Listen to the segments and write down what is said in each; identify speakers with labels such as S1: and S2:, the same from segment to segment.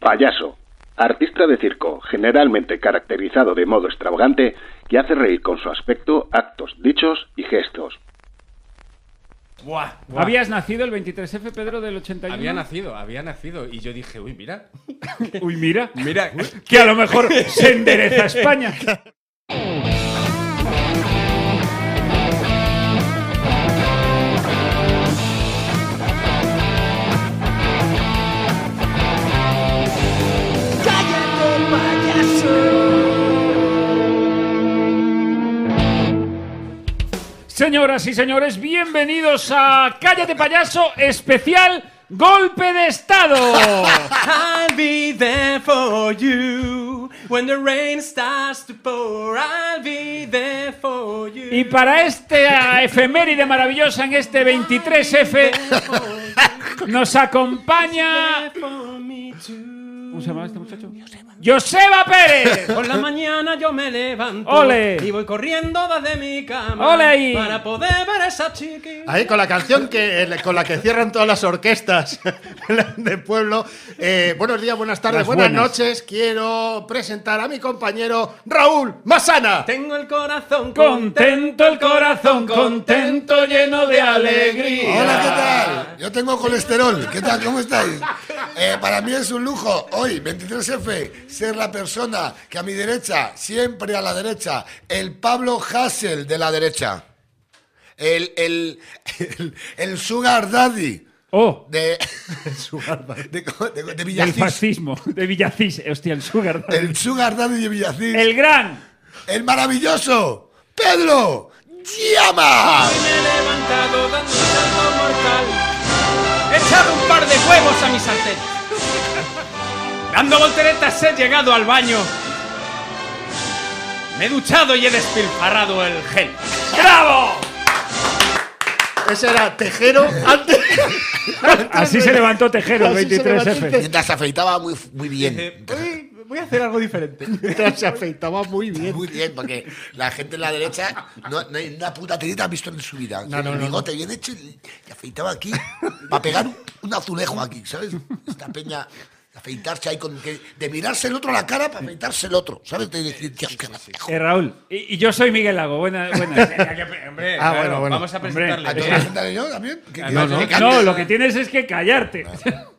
S1: Payaso. Artista de circo, generalmente caracterizado de modo extravagante, que hace reír con su aspecto, actos, dichos y gestos.
S2: Buah, buah.
S3: ¿Habías nacido el 23F, Pedro, del 81?
S2: Había nacido, había nacido. Y yo dije, uy, mira.
S3: Uy, mira.
S2: Mira.
S3: Que a lo mejor se endereza a España. Señoras y señores, bienvenidos a Cállate Payaso especial Golpe de Estado.
S4: I'll be there for you. When the rain starts to pour, I'll be there for you.
S3: Y para esta efeméride maravillosa en este 23F nos acompaña... ¿Cómo se llama este muchacho? Joseba Pérez.
S4: Por la mañana yo me levanto
S3: Ole.
S4: y voy corriendo desde mi cama
S3: Ole ahí.
S4: para poder ver a esa chiqui.
S5: Ahí con la canción que eh, con la que cierran todas las orquestas del pueblo. Eh, buenos días, buenas tardes,
S3: Las
S5: buenas,
S3: buenas.
S5: noches. Quiero presentar a mi compañero Raúl Masana.
S4: Tengo el corazón
S3: Contento el corazón, contento lleno de alegría.
S6: Hola, ¿qué tal? Yo tengo colesterol. ¿Qué tal? ¿Cómo estáis? Eh, para mí es un lujo hoy, 23F, ser la persona que a mi derecha, siempre a la derecha, el Pablo Hassel de la derecha. El, el, el, el Sugar Daddy
S3: Oh,
S6: de, de, de- de
S3: del
S6: Villacís.
S3: fascismo, de Villacís. Hostia, el sugar. daddy.
S6: El Sugar Daddy de Villacís.
S3: El gran.
S6: El maravilloso Pedro Llama.
S4: Me he levantado dando un salto mortal. He echado un par de huevos a mi sartén. Dando volteretas he llegado al baño. Me he duchado y he despilfarrado el gel.
S3: ¡Bravo!
S5: Ese era Tejero antes.
S3: Así se levantó Tejero,
S5: Así se levantó
S3: 23F.
S6: Mientras afeitaba muy, muy bien.
S4: voy a hacer algo diferente.
S5: Mientras se afeitaba muy bien.
S6: Muy bien, porque la gente en la derecha no, no hay una puta telita ha visto en su vida.
S5: No, no,
S6: el
S5: no,
S6: bigote bien hecho y y afeitaba aquí para pegar un, un azulejo aquí, ¿sabes? Esta peña afeitarse ahí con que de mirarse el otro a la cara para afeitarse el otro, ¿sabes? De decir, "Dios, qué azulejo".
S3: Eh, Raúl. Y, y yo soy Miguel Lago. Buena, buena.
S2: Hombre,
S5: Ah,
S2: claro,
S5: bueno, bueno.
S2: vamos a
S3: Hombre,
S2: presentarle.
S6: ¿A qué
S4: Eh.
S2: ¿no?
S6: me presentaré yo también? ¿Qué- qué-
S2: No, no.
S6: qué
S3: No,
S6: cambios?
S3: lo que tienes es que callarte.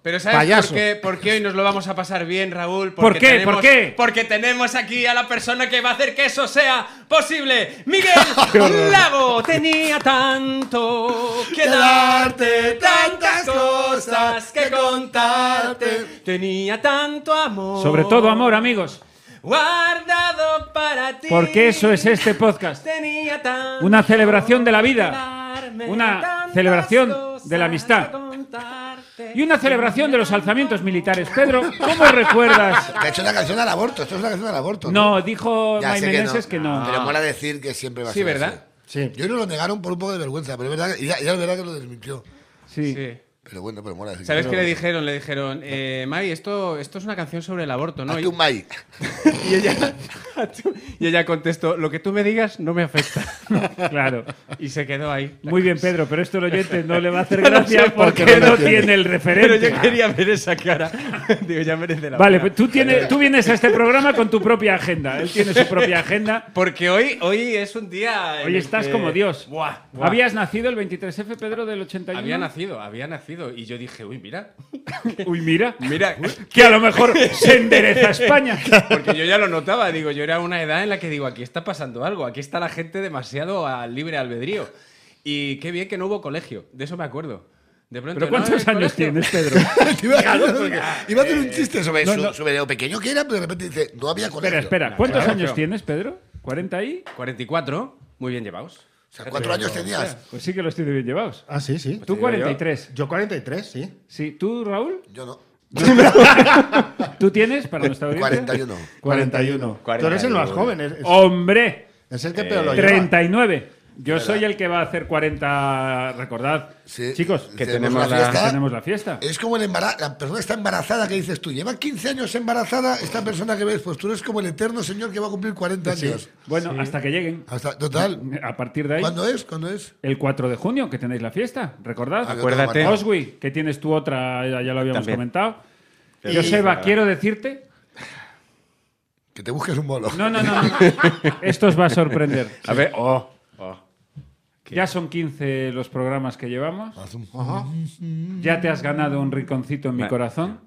S4: Pero ¿sabes
S5: Payaso.
S4: por qué? Porque hoy nos lo vamos a pasar bien, Raúl.
S3: ¿Por
S4: porque
S3: qué? ¿Por
S4: tenemos-
S3: qué?
S4: Porque tenemos aquí a la persona que va a hacer que eso sea posible. Miguel Lago tenía tanto que darte, tantas cosas que contarte. Tenía tanto amor.
S3: Sobre todo amor, amigos.
S4: Guardado para ti.
S3: Porque eso es este podcast.
S4: Tenía tanto
S3: Una celebración de la vida.
S4: que darme,
S3: Una
S4: tantas
S3: celebración de la amistad.
S4: cosas que contarte.
S3: Y una celebración de los alzamientos militares. Pedro, ¿cómo recuerdas?
S6: Te ha hecho una canción al aborto, esto es una canción al aborto.
S3: No, dijo
S6: Ya
S3: May
S6: sé que
S3: Meneses que no.
S6: Pero mola decir que siempre va a
S4: Sí,
S6: ser
S4: ¿verdad?
S6: así. Yo no lo negaron por un poco de vergüenza, pero es verdad, que- ya, ya es verdad que lo desmintió.
S3: Sí.
S4: Sí.
S6: Pero bueno, pero mola decir
S4: ¿Sabes
S6: que
S4: qué le dijeron? Le dijeron, eh, Mai, esto, esto es una canción sobre el aborto, ¿no?
S6: Hazte
S4: Y,
S6: un maíz.
S4: y ella, y ella contestó, lo que tú me digas no me afecta.
S3: Claro.
S4: Y se quedó ahí.
S3: Muy bien, Pedro, pero esto el oyente no le va a hacer
S4: No
S3: gracia
S4: sé por
S3: porque
S4: qué
S3: no tiene el
S4: Pero
S3: referente.
S4: yo quería ver esa cara. Digo, ya merece la
S3: Vale,
S4: pena.
S3: pues tú, tienes, tú vienes a este programa con tu propia agenda. Él tiene su propia agenda.
S4: Porque hoy, hoy es un día... en
S3: Hoy
S4: el
S3: estás
S4: que-
S3: como Dios.
S4: Buah, buah.
S3: ¿Habías nacido el 23F, Pedro, del 81?
S2: Había nacido, había nacido. Y yo dije, uy, mira.
S3: Uy, mira.
S2: Mira.
S3: Que a lo mejor se endereza a España.
S2: Porque yo ya lo notaba. Digo, yo era una edad en la que digo, aquí está pasando algo. Aquí está la gente demasiado al libre albedrío. Y qué bien que no hubo colegio. De eso me acuerdo. De pronto,
S3: ¿Pero
S2: no,
S3: cuántos
S2: el
S3: años
S2: colegio.
S3: tienes, Pedro?
S6: Te iba, a porque iba a hacer un chiste sobre
S3: no,
S6: su,
S3: no.
S6: su vereo pequeño que era, pero de repente dice, no había colegio.
S3: Espera, espera. ¿Cuántos
S2: claro,
S3: años
S2: pero-
S3: tienes, Pedro? ¿40 y?
S2: 44. Muy bien llevados.
S6: O sea, cuatro años tenías.
S3: Pues sí que los tiene bien llevados.
S5: Ah, sí, sí.
S3: Tú 43.
S5: Yo 43, sí.
S3: Sí, tú, Raúl,
S6: Yo no.
S3: tú tienes para nuestra audiencia.
S6: 41.
S5: 41. Tú eres el más
S2: 41.
S5: joven. Es, es-
S3: Hombre,
S5: es el que peor lo lleva.
S3: 39. Yo soy el que va a hacer 40, recordad.
S6: Sí,
S3: Chicos,
S6: que
S2: tenemos
S6: la
S2: la-
S6: fiesta.
S3: tenemos la fiesta.
S6: Es como el embarazo. La persona está embarazada que dices tú, lleva 15 años embarazada. Esta persona que ves, pues tú eres como el eterno señor que va a cumplir 40 años.
S3: Bueno, hasta que lleguen.
S6: Hasta, total.
S3: A partir de ahí,
S6: ¿Cuándo es? ¿Cuándo es?
S3: el 4 de junio, que tenéis la fiesta, recordad.
S6: Ah, yo tengo
S4: Acuérdate.
S6: marcado.
S3: Oswi, que tienes tú otra, ya, ya lo habíamos
S4: También.
S3: comentado. Joseba, quiero decirte.
S6: Que te busques un bolo.
S3: No, no, no. no. Esto os va a sorprender.
S4: A ver, oh.
S3: Ya son 15 los programas que llevamos. Ya te has ganado un rinconcito en mi corazón.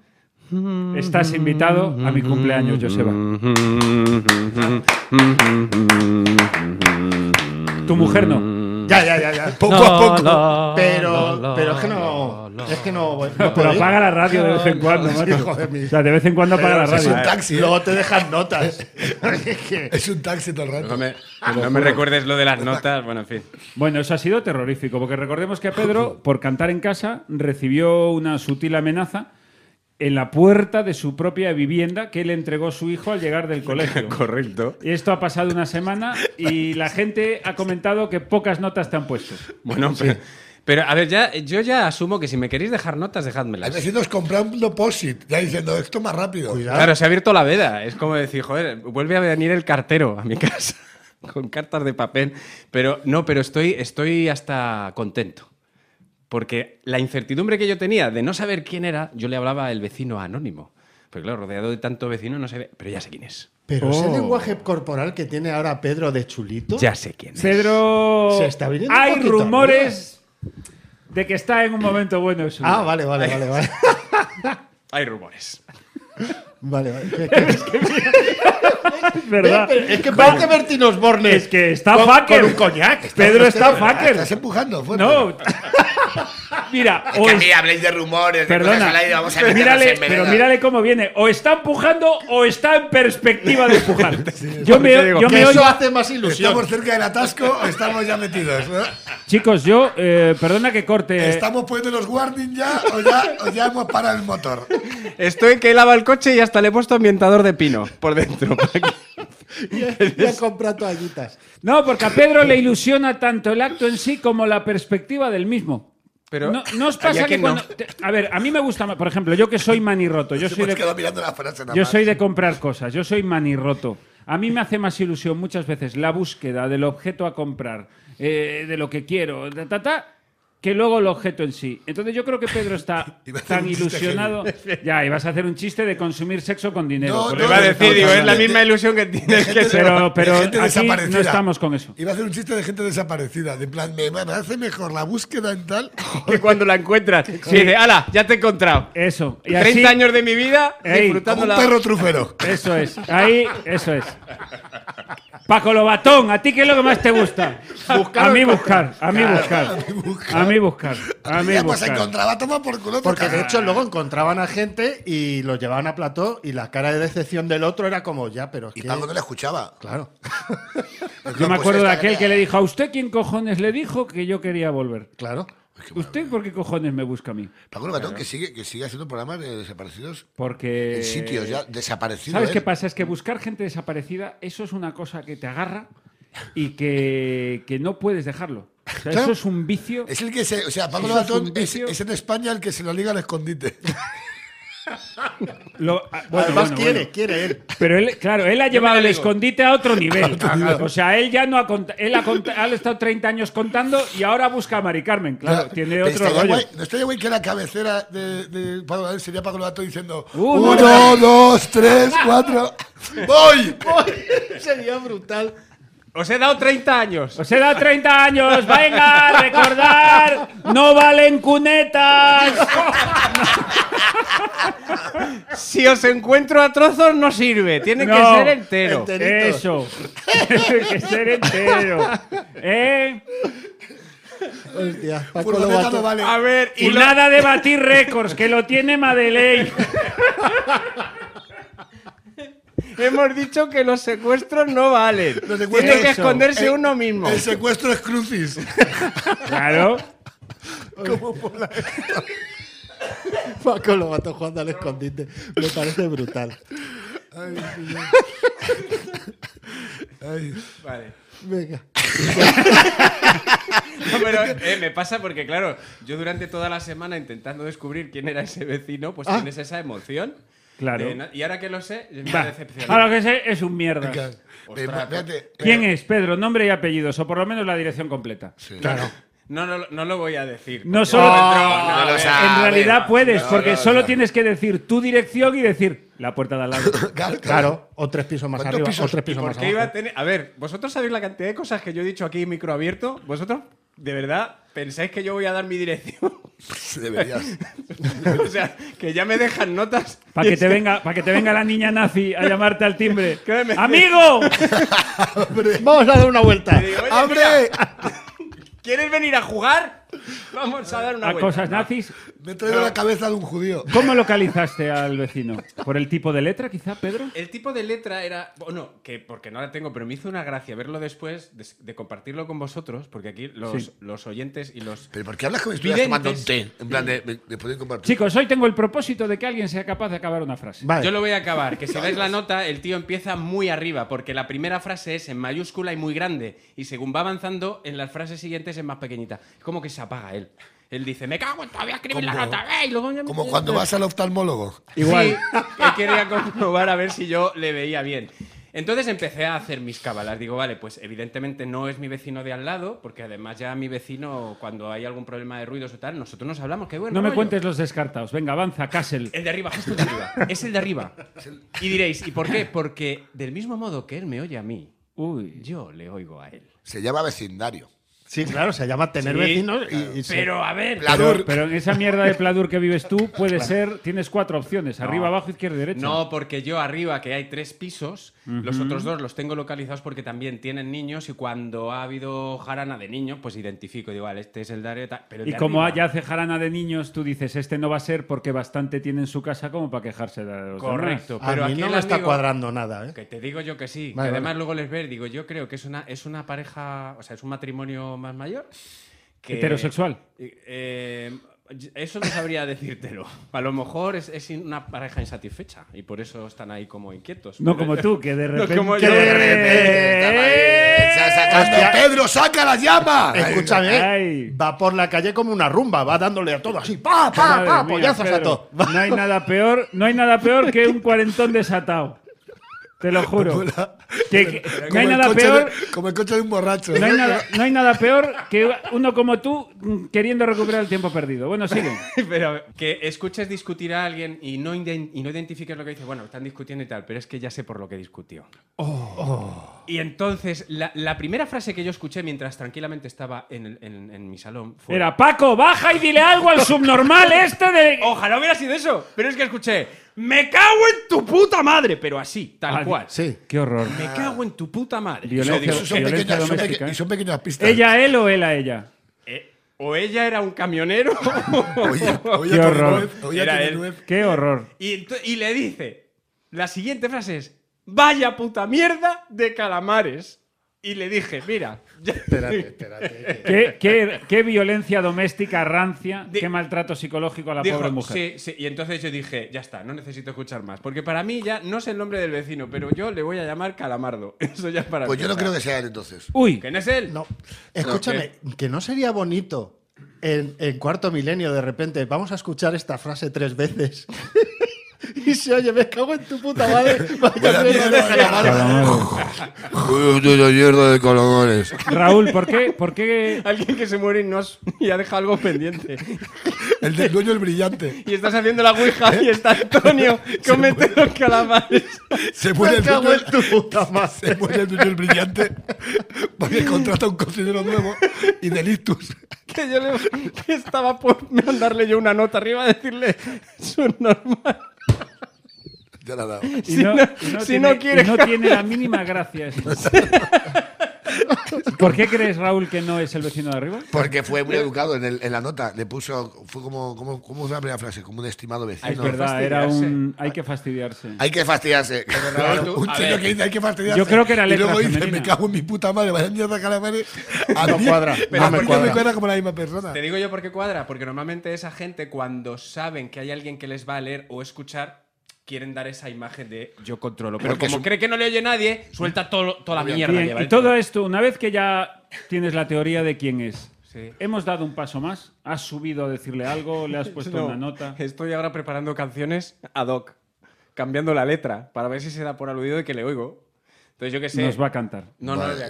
S3: Estás invitado a mi cumpleaños, Joseba. Tu mujer no.
S5: Ya, ya, ya, ya. Poco a poco. pero, pero es que no. es que no. bueno, no
S3: Pero
S5: puedo ir.
S3: apaga la radio de vez en cuando, macho.
S5: hijo de mí.
S3: O sea, de vez en cuando apaga la
S6: Pero es
S3: radio.
S6: un taxi. ¿eh?
S5: Luego te dejan notas. Es que-
S6: Es un taxi todo el rato.
S4: No me, no me recuerdes lo de las notas. Bueno, en fin.
S3: Bueno, eso ha sido terrorífico, porque recordemos que a Pedro, por cantar en casa, recibió una sutil amenaza en la puerta de su propia vivienda que le entregó su hijo al llegar del colegio.
S4: Correcto.
S3: Esto ha pasado una semana y la gente ha comentado que pocas notas te han puesto.
S4: Bueno, pero, pero, a ver, ya, yo ya asumo que si me queréis dejar notas,
S6: Hay
S4: dejádmelas.
S6: vecinos comprando Posit, ya diciendo esto más rápido.
S4: Claro, se ha abierto la veda. Es como decir, joder, vuelve a venir el cartero a mi casa con cartas de papel. Pero no, pero estoy, estoy hasta contento. Porque la incertidumbre que yo tenía de no saber quién era, yo le hablaba al vecino anónimo. Pero claro, rodeado de tanto vecino, no sé. Pero ya sé quién es.
S5: Pero ese
S3: Oh.
S5: lenguaje corporal que tiene ahora Pedro de chulito.
S4: Ya sé quién es.
S3: Pedro,
S5: Se está viniendo un
S3: hay
S5: poquito
S3: rumores de que está en un momento bueno. de su
S5: Ah,
S3: vida.
S5: vale, vale, vale, vale.
S4: Hay rumores.
S5: Vale, vale. Que- que-
S3: Es verdad.
S5: Pero es que parece Bertín Osborne.
S3: Es que está
S5: con,
S3: fucker.
S5: con un coñac. este-
S3: Pedro está fucker.
S6: Estás empujando fuerte.
S3: No. Mira, o es-
S7: habléis de rumores,
S3: perdona.
S7: meternos
S3: mírale,
S7: en
S3: pero
S7: veredas.
S3: mírale cómo viene. O está empujando o está en perspectiva de empujar. yo
S4: porque
S3: me,
S4: digo,
S3: yo
S5: Que
S3: me
S5: eso
S3: oigo-
S5: hace más ilusión.
S6: Estamos cerca del atasco o estamos ya metidos. ¿no?
S3: Chicos, yo, eh, perdona que corte.
S6: ¿Estamos poniendo los warning ya o ya, o ya hemos parado el motor?
S3: Pues
S4: Estoy que lava el coche y hasta le he puesto ambientador de pino por dentro. para que-
S5: Voy a comprar toallitas.
S3: No, porque a Pedro le ilusiona tanto el acto en sí como la perspectiva del mismo.
S4: Pero
S3: no, ¿no os
S4: había
S3: pasa que
S4: quien no.
S3: cuando. te- a ver, a mí me gusta más. Por ejemplo, yo que soy manirroto, yo
S6: Se
S3: soy
S6: hemos
S3: de
S6: quedado mirando la frase nada
S3: Yo
S6: más.
S3: soy de comprar cosas, yo soy manirroto. A mí me hace más ilusión muchas veces la búsqueda del objeto a comprar, eh, de lo que quiero, ta, ta, ta, que luego el objeto en sí. Entonces yo creo que Pedro está
S6: Iba a hacer
S3: tan
S6: un chiste
S3: ilusionado. Ya, ibas a hacer un chiste de consumir sexo con dinero.
S6: No,
S3: por eso
S6: no,
S4: Iba a
S3: te
S4: decir,
S3: estamos
S4: digo, es la
S3: hablando.
S4: misma ilusión que tienes que ser.
S3: Pero, pero
S6: de
S3: aquí
S6: gente
S3: no
S6: desaparecida.
S3: estamos con eso.
S6: Iba a hacer un chiste de gente desaparecida. De plan, me, me hace mejor la búsqueda en tal.
S4: Que cuando la encuentras, sí, dice, ala, ya te he encontrado.
S3: Eso. Y
S4: 30
S3: así,
S4: años de mi vida
S3: Ey,
S6: Como
S4: disfrutando
S6: un
S4: la.
S6: perro trufero.
S3: Eso es. Ahí, eso es. Paco Lobatón, ¿a ti qué es lo que más te gusta? a mí buscar, a mí buscar. A mí buscar. A mí
S6: ya pues
S3: buscar.
S6: encontraba, toma por culo.
S5: Porque
S6: toca.
S5: de hecho luego encontraban a gente y los llevaban a plató y la cara de decepción del otro era como ya, pero es
S6: Y
S5: que
S6: Paco no le escuchaba.
S5: claro.
S3: Yo me
S6: Pues
S3: acuerdo de
S6: esta
S3: aquel
S6: era-
S3: que le dijo, ¿a usted quién cojones le dijo que yo quería volver?
S5: Claro.
S3: ¿Usted por qué cojones me busca a mí?
S6: Paco Lobatón que, sigue, que sigue haciendo programas de desaparecidos
S3: Porque...
S6: en sitios ya desaparecidos.
S3: Eh, ¿Sabes
S6: ¿eh?
S3: qué pasa? Es que buscar gente desaparecida, eso es una cosa que te agarra y que, que no puedes dejarlo. O sea, eso es un vicio.
S6: Es el que se. O sea,
S3: Eso
S6: Paco
S3: es
S6: Lobatón
S3: un
S6: es,
S3: vicio.
S6: es en España el que se lo liga al escondite.
S3: Lo- ah, bueno,
S5: Además
S3: bueno,
S5: quiere,
S3: bueno.
S5: quiere él.
S3: Pero él, claro, él ha llevado el
S4: digo.
S3: escondite a otro nivel. O sea, él ya no ha contado, él ha, cont- ha estado 30 años contando y ahora busca a Mari Carmen, claro,
S6: Ya,
S3: tiene
S6: pero
S3: otro
S6: estaría
S3: rollo.
S6: guay- no estaría guay que la cabecera de, de Paco Lobatón sería Paco Lobatón diciendo:
S3: Uno,
S6: Uno, dos, tres, cuatro. ¡Voy!
S5: Sería brutal.
S4: Os he dado 30 años.
S3: Os he dado 30 años, venga, recordar, no valen cunetas.
S4: Si os encuentro a trozos, no sirve. Tiene que
S3: No.
S4: ser entero.
S5: Enterito.
S3: Eso, que ser entero. ¿Eh?
S5: Hostia, Paco
S6: Furgoneta
S5: Lobato.
S6: no vale.
S4: A ver,
S3: Y
S4: y, lo-
S3: nada de batir récords, que lo tiene Madeleine.
S4: hemos dicho que los secuestros no valen.
S6: Los secuestros-
S4: Tiene que
S3: Eso. Eh,
S4: esconderse uno mismo.
S6: El secuestro es crucis.
S3: Claro.
S5: Paco Lobato jugando al escondite. Me parece brutal.
S4: Vale.
S5: Venga.
S4: No, pero eh, me pasa porque, claro, yo durante toda la semana intentando descubrir quién era ese vecino, pues tienes esa emoción.
S3: Ah. Claro.
S4: De, "No", y ahora que lo sé, me
S3: Va.
S4: decepciona.
S3: Ahora que sé, es un mierda.
S6: Venga,
S4: pues,
S6: eh, espérate,
S3: ¿Quién es? Pedro, nombre y apellidos, o por lo menos la dirección completa.
S6: Claro.
S4: No, no, no lo voy a decir.
S3: No
S4: porque-
S3: solo-
S4: no,
S5: no lo
S4: a ver,
S5: sabe.
S3: En
S5: Ah,
S3: realidad
S5: venga.
S3: puedes,
S6: No,
S3: porque
S6: no,
S3: solo
S6: no.
S3: tienes que decir tu dirección y decir la puerta de al lado.
S6: Claro,
S5: Claro, o tres pisos más
S6: ¿Cuántos
S5: arriba,
S6: pisos?
S5: o tres
S4: ¿Y
S5: pisos
S4: por
S5: más
S4: qué iba a
S5: abajo.
S4: tener.? A ver, vosotros sabéis la cantidad de cosas que yo he dicho aquí en micro abierto. ¿Vosotros de verdad pensáis que yo voy a dar mi dirección?
S6: Deberías.
S4: o sea, que ya me dejan notas.
S3: Para que, te venga- pa' que te venga la niña nazi a llamarte al timbre.
S4: Créeme.
S3: ¡Amigo!
S5: Vamos a dar una vuelta.
S4: Te digo, "Oye,
S6: ¡Abre!
S4: mira, ¿Quieres venir a jugar? Vamos a dar una
S3: A
S4: vuelta.
S3: cosas nazis.
S6: Me he traído la cabeza de un judío.
S3: ¿Cómo localizaste al vecino? ¿Por el tipo de letra, quizá, Pedro?
S4: El tipo de letra era. Bueno, que porque no la tengo, pero me hizo una gracia verlo después de, de compartirlo con vosotros, porque aquí los,
S3: Sí.
S4: los oyentes y los.
S6: ¿Pero por qué hablas como si estuvieras tomando un
S4: Videntes.
S6: té? En plan de, de poder compartir.
S3: Chicos, hoy tengo el propósito de que alguien sea capaz de acabar una frase.
S5: Vale.
S4: Yo lo voy a acabar, que si veis la nota, el tío empieza muy arriba, porque la primera frase es en mayúscula y muy grande, y según va avanzando, en las frases siguientes es más pequeñita. Es como que se apaga él. Él dice, me cago en todavía escribir la
S6: Como-
S4: nota, ¿eh? Y luego ya me-
S6: Como cuando vas al oftalmólogo.
S4: Igual. que quería comprobar a ver si yo le veía bien. Entonces empecé a hacer mis cábalas. Digo, vale, pues evidentemente no es mi vecino de al lado, porque además ya mi vecino, cuando hay algún problema de ruidos o tal, nosotros nos hablamos. Qué bueno.
S3: No me cuentes los descartados. Venga, avanza, Castle.
S4: El de arriba, justo el de arriba. Es el de arriba. Y diréis, ¿y por qué? Porque del mismo modo que él me oye a mí,
S3: Uy.
S4: yo le oigo a él.
S6: Se llama vecindario.
S5: Sí, claro, se llama tener
S4: Sí,
S5: vecinos y- y, se-
S4: Pero a ver.
S6: Pladur.
S3: Pero en esa mierda de pladur que vives tú puede ser, tienes cuatro opciones, arriba, abajo, izquierda, derecha.
S4: No, porque yo arriba, que hay tres pisos, los otros dos los tengo localizados porque también tienen niños y cuando ha habido jarana de niños, pues identifico, digo, vale, este es el de arriba. tal, Pero el
S3: Y
S4: de
S3: como
S4: arriba-
S3: ya hace jarana de niños, tú dices, este no va a ser porque bastante tiene en su casa como para quejarse de los
S4: Correcto,
S5: a
S4: pero
S5: mí
S4: aquí
S5: no
S4: el
S5: me está
S4: amigo-
S5: cuadrando nada. ¿eh?
S4: Que te digo yo que sí.
S5: Vale,
S4: que
S5: vale.
S4: además luego les ver, digo, yo creo que es una, es una pareja, o sea, es un matrimonio más mayor. Que,
S3: ¿Heterosexual?
S4: Eh, eso no sabría decírtelo. A lo mejor es, es una pareja insatisfecha y por eso están ahí como inquietos.
S3: No
S4: Pero-
S3: como tú, que de repente...
S4: como
S3: que ¡Eh!
S4: yo, de
S6: Está sacando- ¡Pedro, saca la llama!
S5: Escúchame, ¿eh?
S3: Ay.
S5: va por la calle como una rumba, va dándole a todo así, pa, pa,
S6: Ah,
S3: Madre
S5: pa,
S3: mía,
S6: pues
S5: pollazos a
S3: Pedro,
S5: todo.
S3: No hay nada peor, no hay nada peor que un cuarentón desatado. Te lo juro. Que- que- no hay
S6: el
S3: nada
S6: coche
S3: peor.
S6: de- como el coche de un borracho.
S3: No hay, nada, no hay nada peor que uno como tú mm, queriendo recuperar el tiempo perdido. Bueno, sigue.
S4: Pero que escuches discutir a alguien y no, iden- y no identifiques lo que dice, bueno, están discutiendo y tal, pero es que ya sé por lo que discutió. Oh. Y entonces, la, la primera frase que yo escuché mientras tranquilamente estaba en, el- en- en mi salón fue...
S3: Era Paco, baja y dile algo al subnormal este de.
S4: Ojalá hubiera sido eso, pero es que escuché, me cago en tu puta madre, pero así, tal
S3: Ah,
S4: cual.
S5: Sí.
S3: Qué horror.
S4: Me cago en tu puta madre.
S3: Violencia-
S4: Yo digo,
S6: Eso son
S3: Violencia
S6: pequeñas- son
S3: doméstica,
S6: peque-
S3: ¿eh?
S6: y son pequeñas pistas.
S3: ¿Ella a él o él a ella?
S4: eh, o ella era un camionero.
S6: Oye,
S3: Qué
S6: oye, tiene
S3: horror.
S6: nuez, oye,
S4: Era
S6: tiene
S4: él.
S6: nuez.
S3: Qué horror.
S4: Y, ento- y le dice, la siguiente frase es, vaya puta mierda de calamares. Y le dije, mira, ya-
S5: Espérate, espérate.
S3: Qué, qué- qué violencia doméstica rancia,
S4: De-
S3: qué maltrato psicológico a la
S4: dijo,
S3: pobre mujer.
S4: sí, sí. Y entonces yo dije, ya está, no necesito escuchar más. Porque para mí ya no sé el nombre del vecino, pero yo le voy a llamar Calamardo. Eso ya para
S6: Pues yo no
S4: empezar.
S6: creo que sea él entonces.
S3: Uy,
S4: ¿Que no es él?
S5: No, escúchame, que no sería bonito en, en cuarto milenio de repente, vamos a escuchar esta frase tres veces. y se oye, me cago en tu puta madre. Vaya
S6: Buena
S5: mierda
S6: mierda
S5: de
S6: de
S5: calamar.
S6: Joder, de la mierda de calamares.
S3: Raúl, ¿por qué? ¿Por qué?
S4: Alguien que se muere y, no has- y ha dejado algo pendiente.
S6: El del dueño el brillante.
S4: Y estás haciendo la ouija y está Antonio, comete los calamares.
S6: Se muere
S5: Me
S6: el
S5: cago
S6: dueño,
S5: en tu puta madre.
S6: se muere el dueño el brillante porque contrata a un cocinero nuevo y del ictus.
S4: que yo le que estaba por mandarle yo una nota arriba a decirle su normal.
S6: Ya la ha dado.
S3: y
S4: Si
S3: no,
S4: no-
S3: y no
S4: si
S3: tiene,
S4: no quiere
S3: y no
S4: que-
S3: tiene la mínima gracia esto. ¿Por qué crees, Raúl, que no es el vecino de arriba?
S6: Porque fue muy educado en, el- en la nota. Le puso, fue como, como, como una primera frase, como un estimado
S4: Ay,
S3: Es
S6: vecino.
S4: no,
S3: verdad, era
S4: fastidiarse.
S3: un. Hay que fastidiarse.
S6: Hay que fastidiarse.
S4: Raúl, tú-
S6: un
S4: a
S6: señor
S4: ver.
S6: que dice hay que fastidiarse.
S3: Yo creo que era
S6: Y
S3: letra
S6: luego dice,
S3: femenina.
S6: me cago en mi puta madre, vaya mierda de calamares. A
S5: No
S6: mí-
S5: cuadra,
S6: pero
S5: no me
S6: ¿por qué
S5: cuadra.
S6: como la misma persona.
S4: Te digo yo por qué cuadra, porque normalmente esa gente cuando saben que hay alguien que les va a leer o escuchar, quieren dar esa imagen de yo controlo. Pero
S6: Porque
S4: como
S6: es un-
S4: cree que no le oye nadie, suelta todo- toda la mierda. que
S3: Bien,
S4: lleva
S3: y
S4: dentro.
S3: todo esto, una vez que ya tienes la teoría de quién es,
S4: Sí.
S3: hemos dado un paso más, has subido a decirle algo, le has puesto
S4: No,
S3: una nota.
S4: Estoy ahora preparando canciones ad hoc, cambiando la letra, para ver si se da por aludido de que le oigo. Entonces, yo qué sé.
S3: Nos va a cantar.
S4: No, no,
S6: Vaya,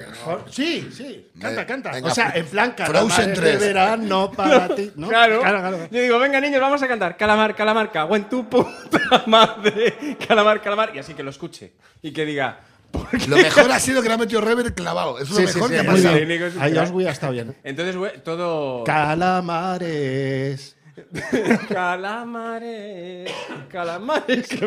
S5: Sí, sí. Canta,
S6: Venga,
S5: canta.
S6: venga,
S5: o sea,
S6: Fro-
S5: en plan
S6: Frozen
S5: calamares de
S6: 3.
S5: verano para ti. ¿no?
S4: Claro.
S5: claro.
S4: Yo digo, venga niños, vamos a cantar. Calamar, calamar, cago en tu puta madre. Calamar, calamar. Y así que lo escuche. Y que diga, ¿por qué?
S6: Lo mejor ha sido que le ha metido rever clavado. Es lo
S5: Sí, sí,
S6: mejor
S5: sí,
S6: que ha
S5: ahí-
S6: pasado.
S4: bien. Nico es un
S5: Ahí
S4: crack.
S5: Oswi ha estado bien.
S4: Entonces, güey, todo.
S5: Calamares.
S4: calamares, calamares.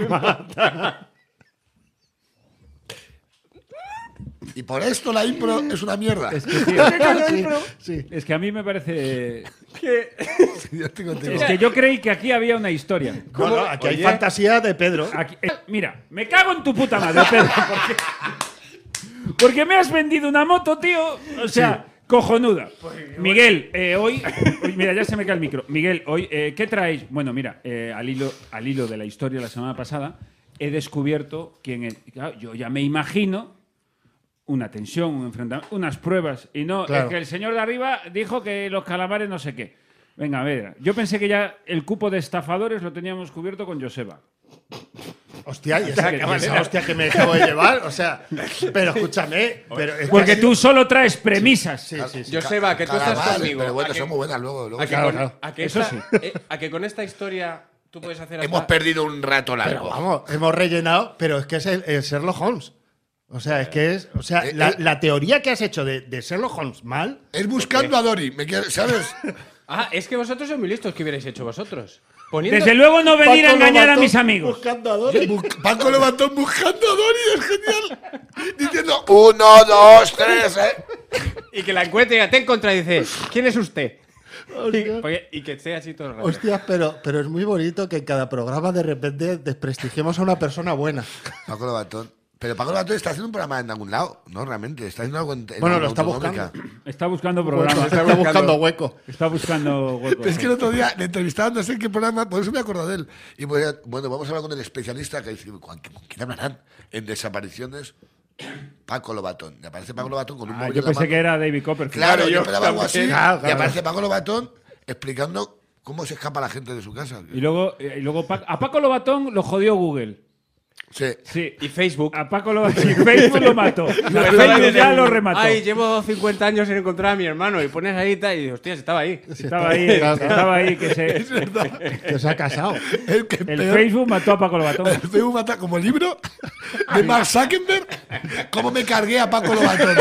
S6: Y por esto la impro es una mierda.
S5: Sí, sí.
S3: Es que a mí me parece.
S4: que-
S6: Yo estoy contigo.
S3: Es que yo creí que aquí había una historia.
S5: No, no, aquí hay fantasía de Pedro.
S3: Aquí- eh, mira, me cago en tu puta madre, Pedro. Porque, porque me has vendido una moto, tío. O sea, cojonuda. Miguel, eh, hoy, hoy- Mira, ya se me cae el micro. Miguel, hoy, eh, ¿qué traéis? Bueno, mira, eh, al, hilo, al hilo de la historia la semana pasada, he descubierto quién es. Claro, yo ya me imagino una tensión, un enfrentamiento, unas pruebas. Y no,
S5: Claro.
S3: es que el señor de arriba dijo que los calamares no sé qué. Venga, a ver, yo pensé que ya el cupo de estafadores lo teníamos cubierto con Joseba.
S5: Hostia, y
S3: sea,
S5: esa,
S3: que-
S5: y esa hostia que me acabo de llevar. O sea, pero escúchame. Pero es que
S3: Porque
S5: ha sido-
S3: tú solo traes premisas.
S5: Sí, sí, sí.
S4: Joseba, que tú estás
S6: Calamares,
S4: conmigo.
S6: Pero bueno,
S4: a que-
S6: son muy buenas luego. luego
S4: a que
S6: son-
S4: con- a que
S3: Eso
S4: esta-
S3: sí.
S4: eh, a que con esta historia tú puedes hacer
S6: Hemos
S4: hasta-
S6: perdido un rato
S5: Pero
S6: largo.
S5: vamos, hemos rellenado, pero es que es el, el Sherlock Holmes. O sea, es que es. O sea,
S6: Eh,
S5: la,
S6: eh.
S5: la teoría que has hecho de, de Sherlock Holmes mal.
S6: Es buscando a Dory, me quiere- ¿sabes?
S4: Ah, es que vosotros sois muy listos. ¿Qué hubierais hecho vosotros? Poniendo...
S3: Desde luego no venir a
S5: Paco
S3: engañar a
S5: Lobatón
S3: mis amigos.
S5: Buscando a Dory.
S6: Bus- Paco Levantón buscando a Dory, es genial. Diciendo, uno, dos, tres, ¿eh?
S4: Y que la encuentre y la te encuentra y dice, ¿quién es usted? Y, porque- y que esté así todo el rato.
S5: Hostias, pero, pero es muy bonito que en cada programa de repente desprestigiemos a una persona buena.
S6: Paco Levantón. Pero Paco Levantón está haciendo un programa en algún lado, ¿no? Realmente, está haciendo algo en. en
S5: Bueno, lo está
S6: Autonómica.
S3: Está buscando
S5: Bueno,
S3: programas.
S5: está buscando hueco.
S3: Está buscando huecos.
S6: Es que el otro día le entrevistaban, no sé en qué programa, por eso me acuerdo de él. Y pues, bueno, vamos a hablar con el especialista que dice, ¿con quién, con quién hablarán? En desapariciones, Paco Lobatón. Y aparece Paco Lobatón con un
S3: Ah,
S6: móvil
S3: yo
S6: en la
S3: pensé
S6: mano.
S3: que era David Copperfield.
S6: Claro, yo esperaba algo así.
S3: Ah,
S5: Claro,
S6: Y
S5: claro.
S6: aparece Paco Lobatón explicando cómo se escapa la gente de su casa.
S3: Y luego, eh, y luego Pa- a Paco Lobatón lo jodió Google.
S6: Sí.
S3: Sí.
S4: Y Facebook.
S3: A Paco Lobatón. y Facebook lo mató. La Facebook Ah, ya lo remató.
S4: Ay, llevo 50 años sin encontrar a mi hermano. Y pones ahí y tal, y hostia, estaba ahí.
S3: Estaba ahí, eh, estaba ahí que se-
S5: Que se ha casado.
S6: El que
S3: el
S6: peor-
S3: Facebook mató a Paco Lobatón.
S6: el Facebook mata como libro de Mark Zuckerberg, cómo me cargué a Paco Lobatón.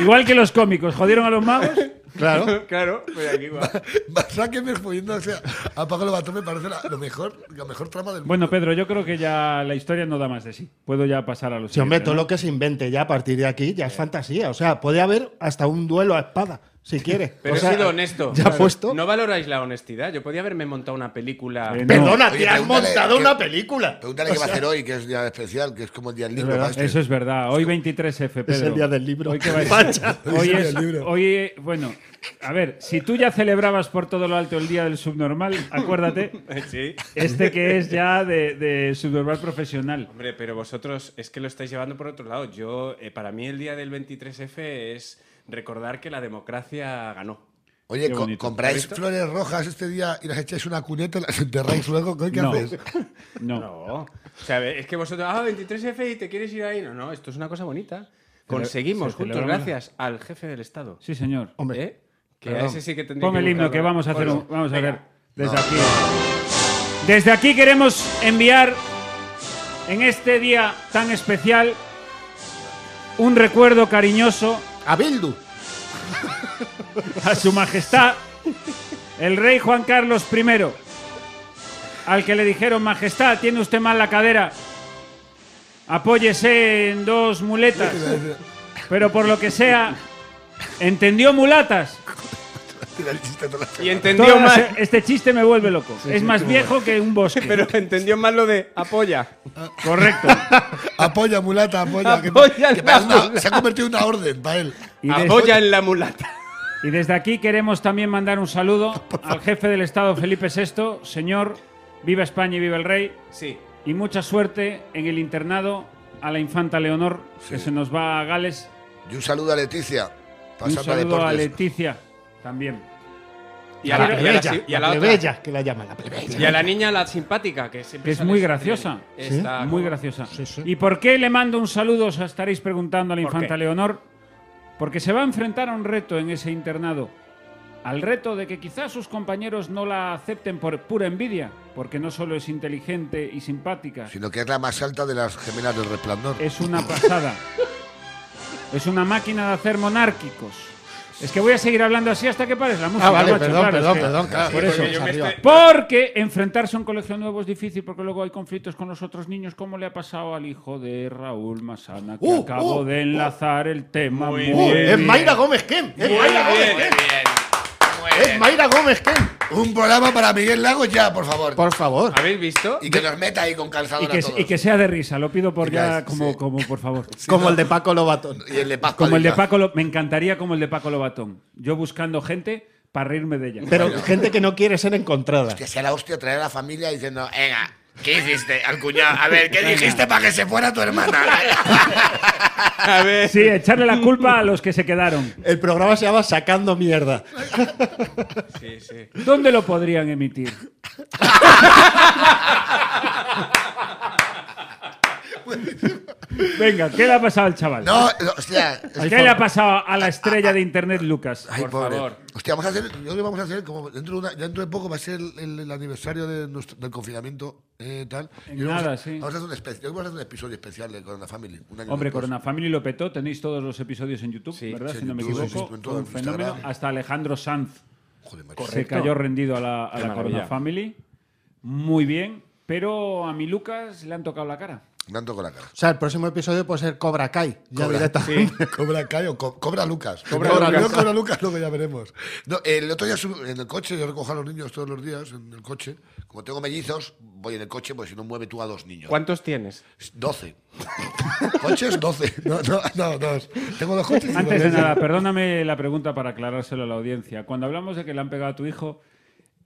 S3: Igual que los cómicos, jodieron a los magos.
S5: Claro.
S4: Claro, pues aquí va.
S6: Mark Zuckerberg poniéndose a Paco Lobatón me parece la, lo mejor, la mejor trama del mundo.
S3: Bueno, Pedro, yo creo que ya la historia no da más de sí. Puedo ya pasar a los.
S5: Si hombre, todo lo que se invente ya a partir de aquí ya es fantasía. O sea, puede haber hasta un duelo a espada, si quieres.
S4: Pero
S5: O sea,
S4: he sido honesto.
S5: Ya
S4: Claro.
S5: puesto.
S4: No valoráis la honestidad. Yo podía haberme montado una película.
S3: Eh,
S5: Perdona,
S6: Oye,
S5: te has
S6: pregúntale,
S5: montado
S6: ¿qué-
S5: una película.
S6: Pregúntale qué va a hacer hoy, que es día especial, que es como el día este. del libro.
S3: verdad,
S6: maestro.
S3: Eso es verdad. Hoy 23F, Pedro.
S5: Es el día del libro.
S3: Hoy, qué va a ser?
S5: Pacha.
S3: Hoy
S6: Es el día
S3: es,
S6: del libro.
S3: hoy, eh, bueno, a ver, si tú ya celebrabas por todo lo alto el día del subnormal, acuérdate,
S4: Sí.
S3: este que es ya de, de subnormal profesional.
S4: Hombre, pero vosotros es que lo estáis llevando por otro lado. Yo, eh, para mí, el día del 23F es recordar que la democracia ganó.
S6: Oye,
S3: Qué
S6: co-
S3: bonito.
S6: ¿compráis flores rojas este día y las echáis en una cuneta y las enterráis luego? ¿Qué
S3: No.
S6: haces?
S3: No.
S4: No. O sea, es que vosotros, ah, 23F y te quieres ir ahí. No, no, esto es una cosa bonita. Conseguimos,
S3: se
S4: juntos,
S3: celebramos la-
S4: gracias al jefe del Estado.
S3: Sí, señor.
S5: Hombre.
S4: ¿Eh? Que
S5: Perdón.
S4: a ese sí que tendría
S3: Pon el himno
S4: buscarlo.
S3: que vamos a hacer
S4: ¿eh? Bueno,
S3: un- Vamos a
S4: venga.
S3: ver. Desde aquí. Desde aquí queremos enviar en este día tan especial un recuerdo cariñoso
S5: A Bildu.
S3: a su majestad, el rey Juan Carlos I, al que le dijeron, majestad, tiene usted mal la cadera, apóyese en dos muletas, pero por lo que sea, entendió mulatas.
S6: Tira el chiste toda la
S4: Y
S6: semana.
S4: entendió
S3: Todas
S4: más,
S3: las- e- este chiste me vuelve loco, es más viejo que un bosque.
S4: pero entendió más lo de apoya.
S3: Correcto.
S6: Apoya, mulata, apoya.
S4: Apoya
S6: que,
S4: la
S6: que parece una-
S4: mulata.
S6: se ha convertido en una orden para él.
S3: Y de-
S4: Apoya en la mulata.
S3: Y desde aquí queremos también mandar un saludo al jefe del Estado, Felipe VI. Señor, viva España y viva el rey.
S4: Sí.
S3: Y mucha suerte en el internado a la infanta Leonor, que se nos va a Gales.
S6: Y un saludo a Leticia.
S3: Y un
S6: Pasando a
S3: saludo a
S6: deportes.
S3: Leticia también.
S4: Y a la, y a la- y a la
S5: la
S4: otra.
S5: plebeya, que la llaman, la plebeya.
S4: Y a la niña, la simpática, que siempre
S3: Que es
S4: sale
S3: muy
S4: siempre
S3: graciosa.
S4: bien.
S5: Sí,
S4: Está
S3: Muy
S4: como-
S3: graciosa.
S5: Sí, sí.
S3: ¿Y por qué le mando un saludo? Os estaréis preguntando a la
S4: ¿Por
S3: infanta
S4: qué?
S3: Leonor. Porque se va a enfrentar a un reto en ese internado. Al reto de que quizás sus compañeros no la acepten por pura envidia, porque no solo es inteligente y simpática,
S6: Sino que es la más alta de las gemelas del resplandor.
S3: es una pasada. es una máquina de hacer monárquicos. Es que voy a seguir hablando así hasta que pares la música.
S5: Ah, vale,
S3: macho,
S5: perdón,
S3: claro, es
S5: perdón,
S3: que-
S5: perdón, claro.
S3: Por eso,
S5: Porque yo que
S4: arriba.
S5: este-
S3: porque enfrentarse a un colegio nuevo es difícil porque luego hay conflictos con los otros niños, como le ha pasado al hijo de Raúl Masana, que
S5: Uh,
S3: acabo
S5: uh,
S3: de enlazar el tema. Muy,
S5: Uh, es
S3: bien.
S5: Mayra Gómez Ken. Es Mayra Gómez Ken. Es Mayra Gómez Ken.
S6: Un programa para Miguel Lago ya, por favor.
S5: Por favor.
S4: ¿Habéis visto?
S6: Y que nos meta ahí con calzador
S3: Y que,
S6: a todos.
S3: y que sea de risa, lo pido por
S6: Y
S3: ya,
S6: que-
S3: como,
S6: sí.
S3: como por favor.
S5: Como el de Paco Lobatón.
S6: Y el de Paz
S3: Como el de
S6: Padilla.
S3: Paco, Lo- me encantaría como el de Paco Lobatón. Yo buscando gente para reírme de ella.
S5: Pero gente que no quiere ser encontrada.
S6: Que sea la hostia traer a la familia diciendo, venga, ¿qué hiciste al cuñado? A ver, ¿qué dijiste para que se fuera tu hermana?
S4: A ver.
S3: Sí, echarle la culpa a los que se quedaron.
S5: El programa se llama Sacando Mierda.
S4: Sí, sí.
S3: ¿Dónde lo podrían emitir? Venga, ¿qué le ha pasado al chaval?
S6: no, no, hostia. es-
S3: ¿Qué le ha pasado a la estrella de internet Lucas?
S6: Ay,
S4: Por
S6: pobre.
S4: favor.
S6: Hostia, vamos a hacer, yo creo que vamos a hacer como dentro de, una- dentro de poco va a ser el, el- el aniversario de nuestro- del confinamiento eh, tal.
S3: En
S6: Y vamos a-
S3: nada, sí.
S6: Vamos a hacer un espe- yo creo que vamos a hacer un episodio especial de Corona Family. un año
S3: Hombre,
S6: después.
S3: Corona Family lo petó. Tenéis todos los episodios en YouTube,
S4: Sí,
S3: ¿verdad?
S6: sí,
S3: si no me
S6: YouTube,
S3: equivoco.
S6: sí, en
S3: Fue
S6: todo,
S3: un
S6: en
S3: fenómeno.
S6: Instagram.
S3: Hasta Alejandro Sanz
S6: Joder, macho.
S3: se cayó rendido a la, a
S4: Qué
S3: la Corona
S4: maravilla.
S3: Family. Muy bien. Pero a mi Lucas le han tocado la cara.
S6: Me han tocado la cara.
S5: O sea, el próximo episodio puede ser Cobra Kai. Ya
S6: Cobra,
S5: directamente.
S6: Cobra Kai o co- Cobra Lucas.
S5: Cobra
S6: Primero-
S5: Lucas.
S6: primero Cobra Lucas, luego ya veremos. No, el otro día sub- en el coche, yo recojo a los niños todos los días en el coche. Como tengo mellizos, voy en el coche, pues si no mueve tú a dos niños.
S4: ¿Cuántos tienes?
S6: 12. Coches, 12. No, no, no, dos. Tengo dos coches. y
S3: Antes
S6: dos-
S3: de nada, perdóname la pregunta para aclarárselo a la audiencia. Cuando hablamos de que le han pegado a tu hijo,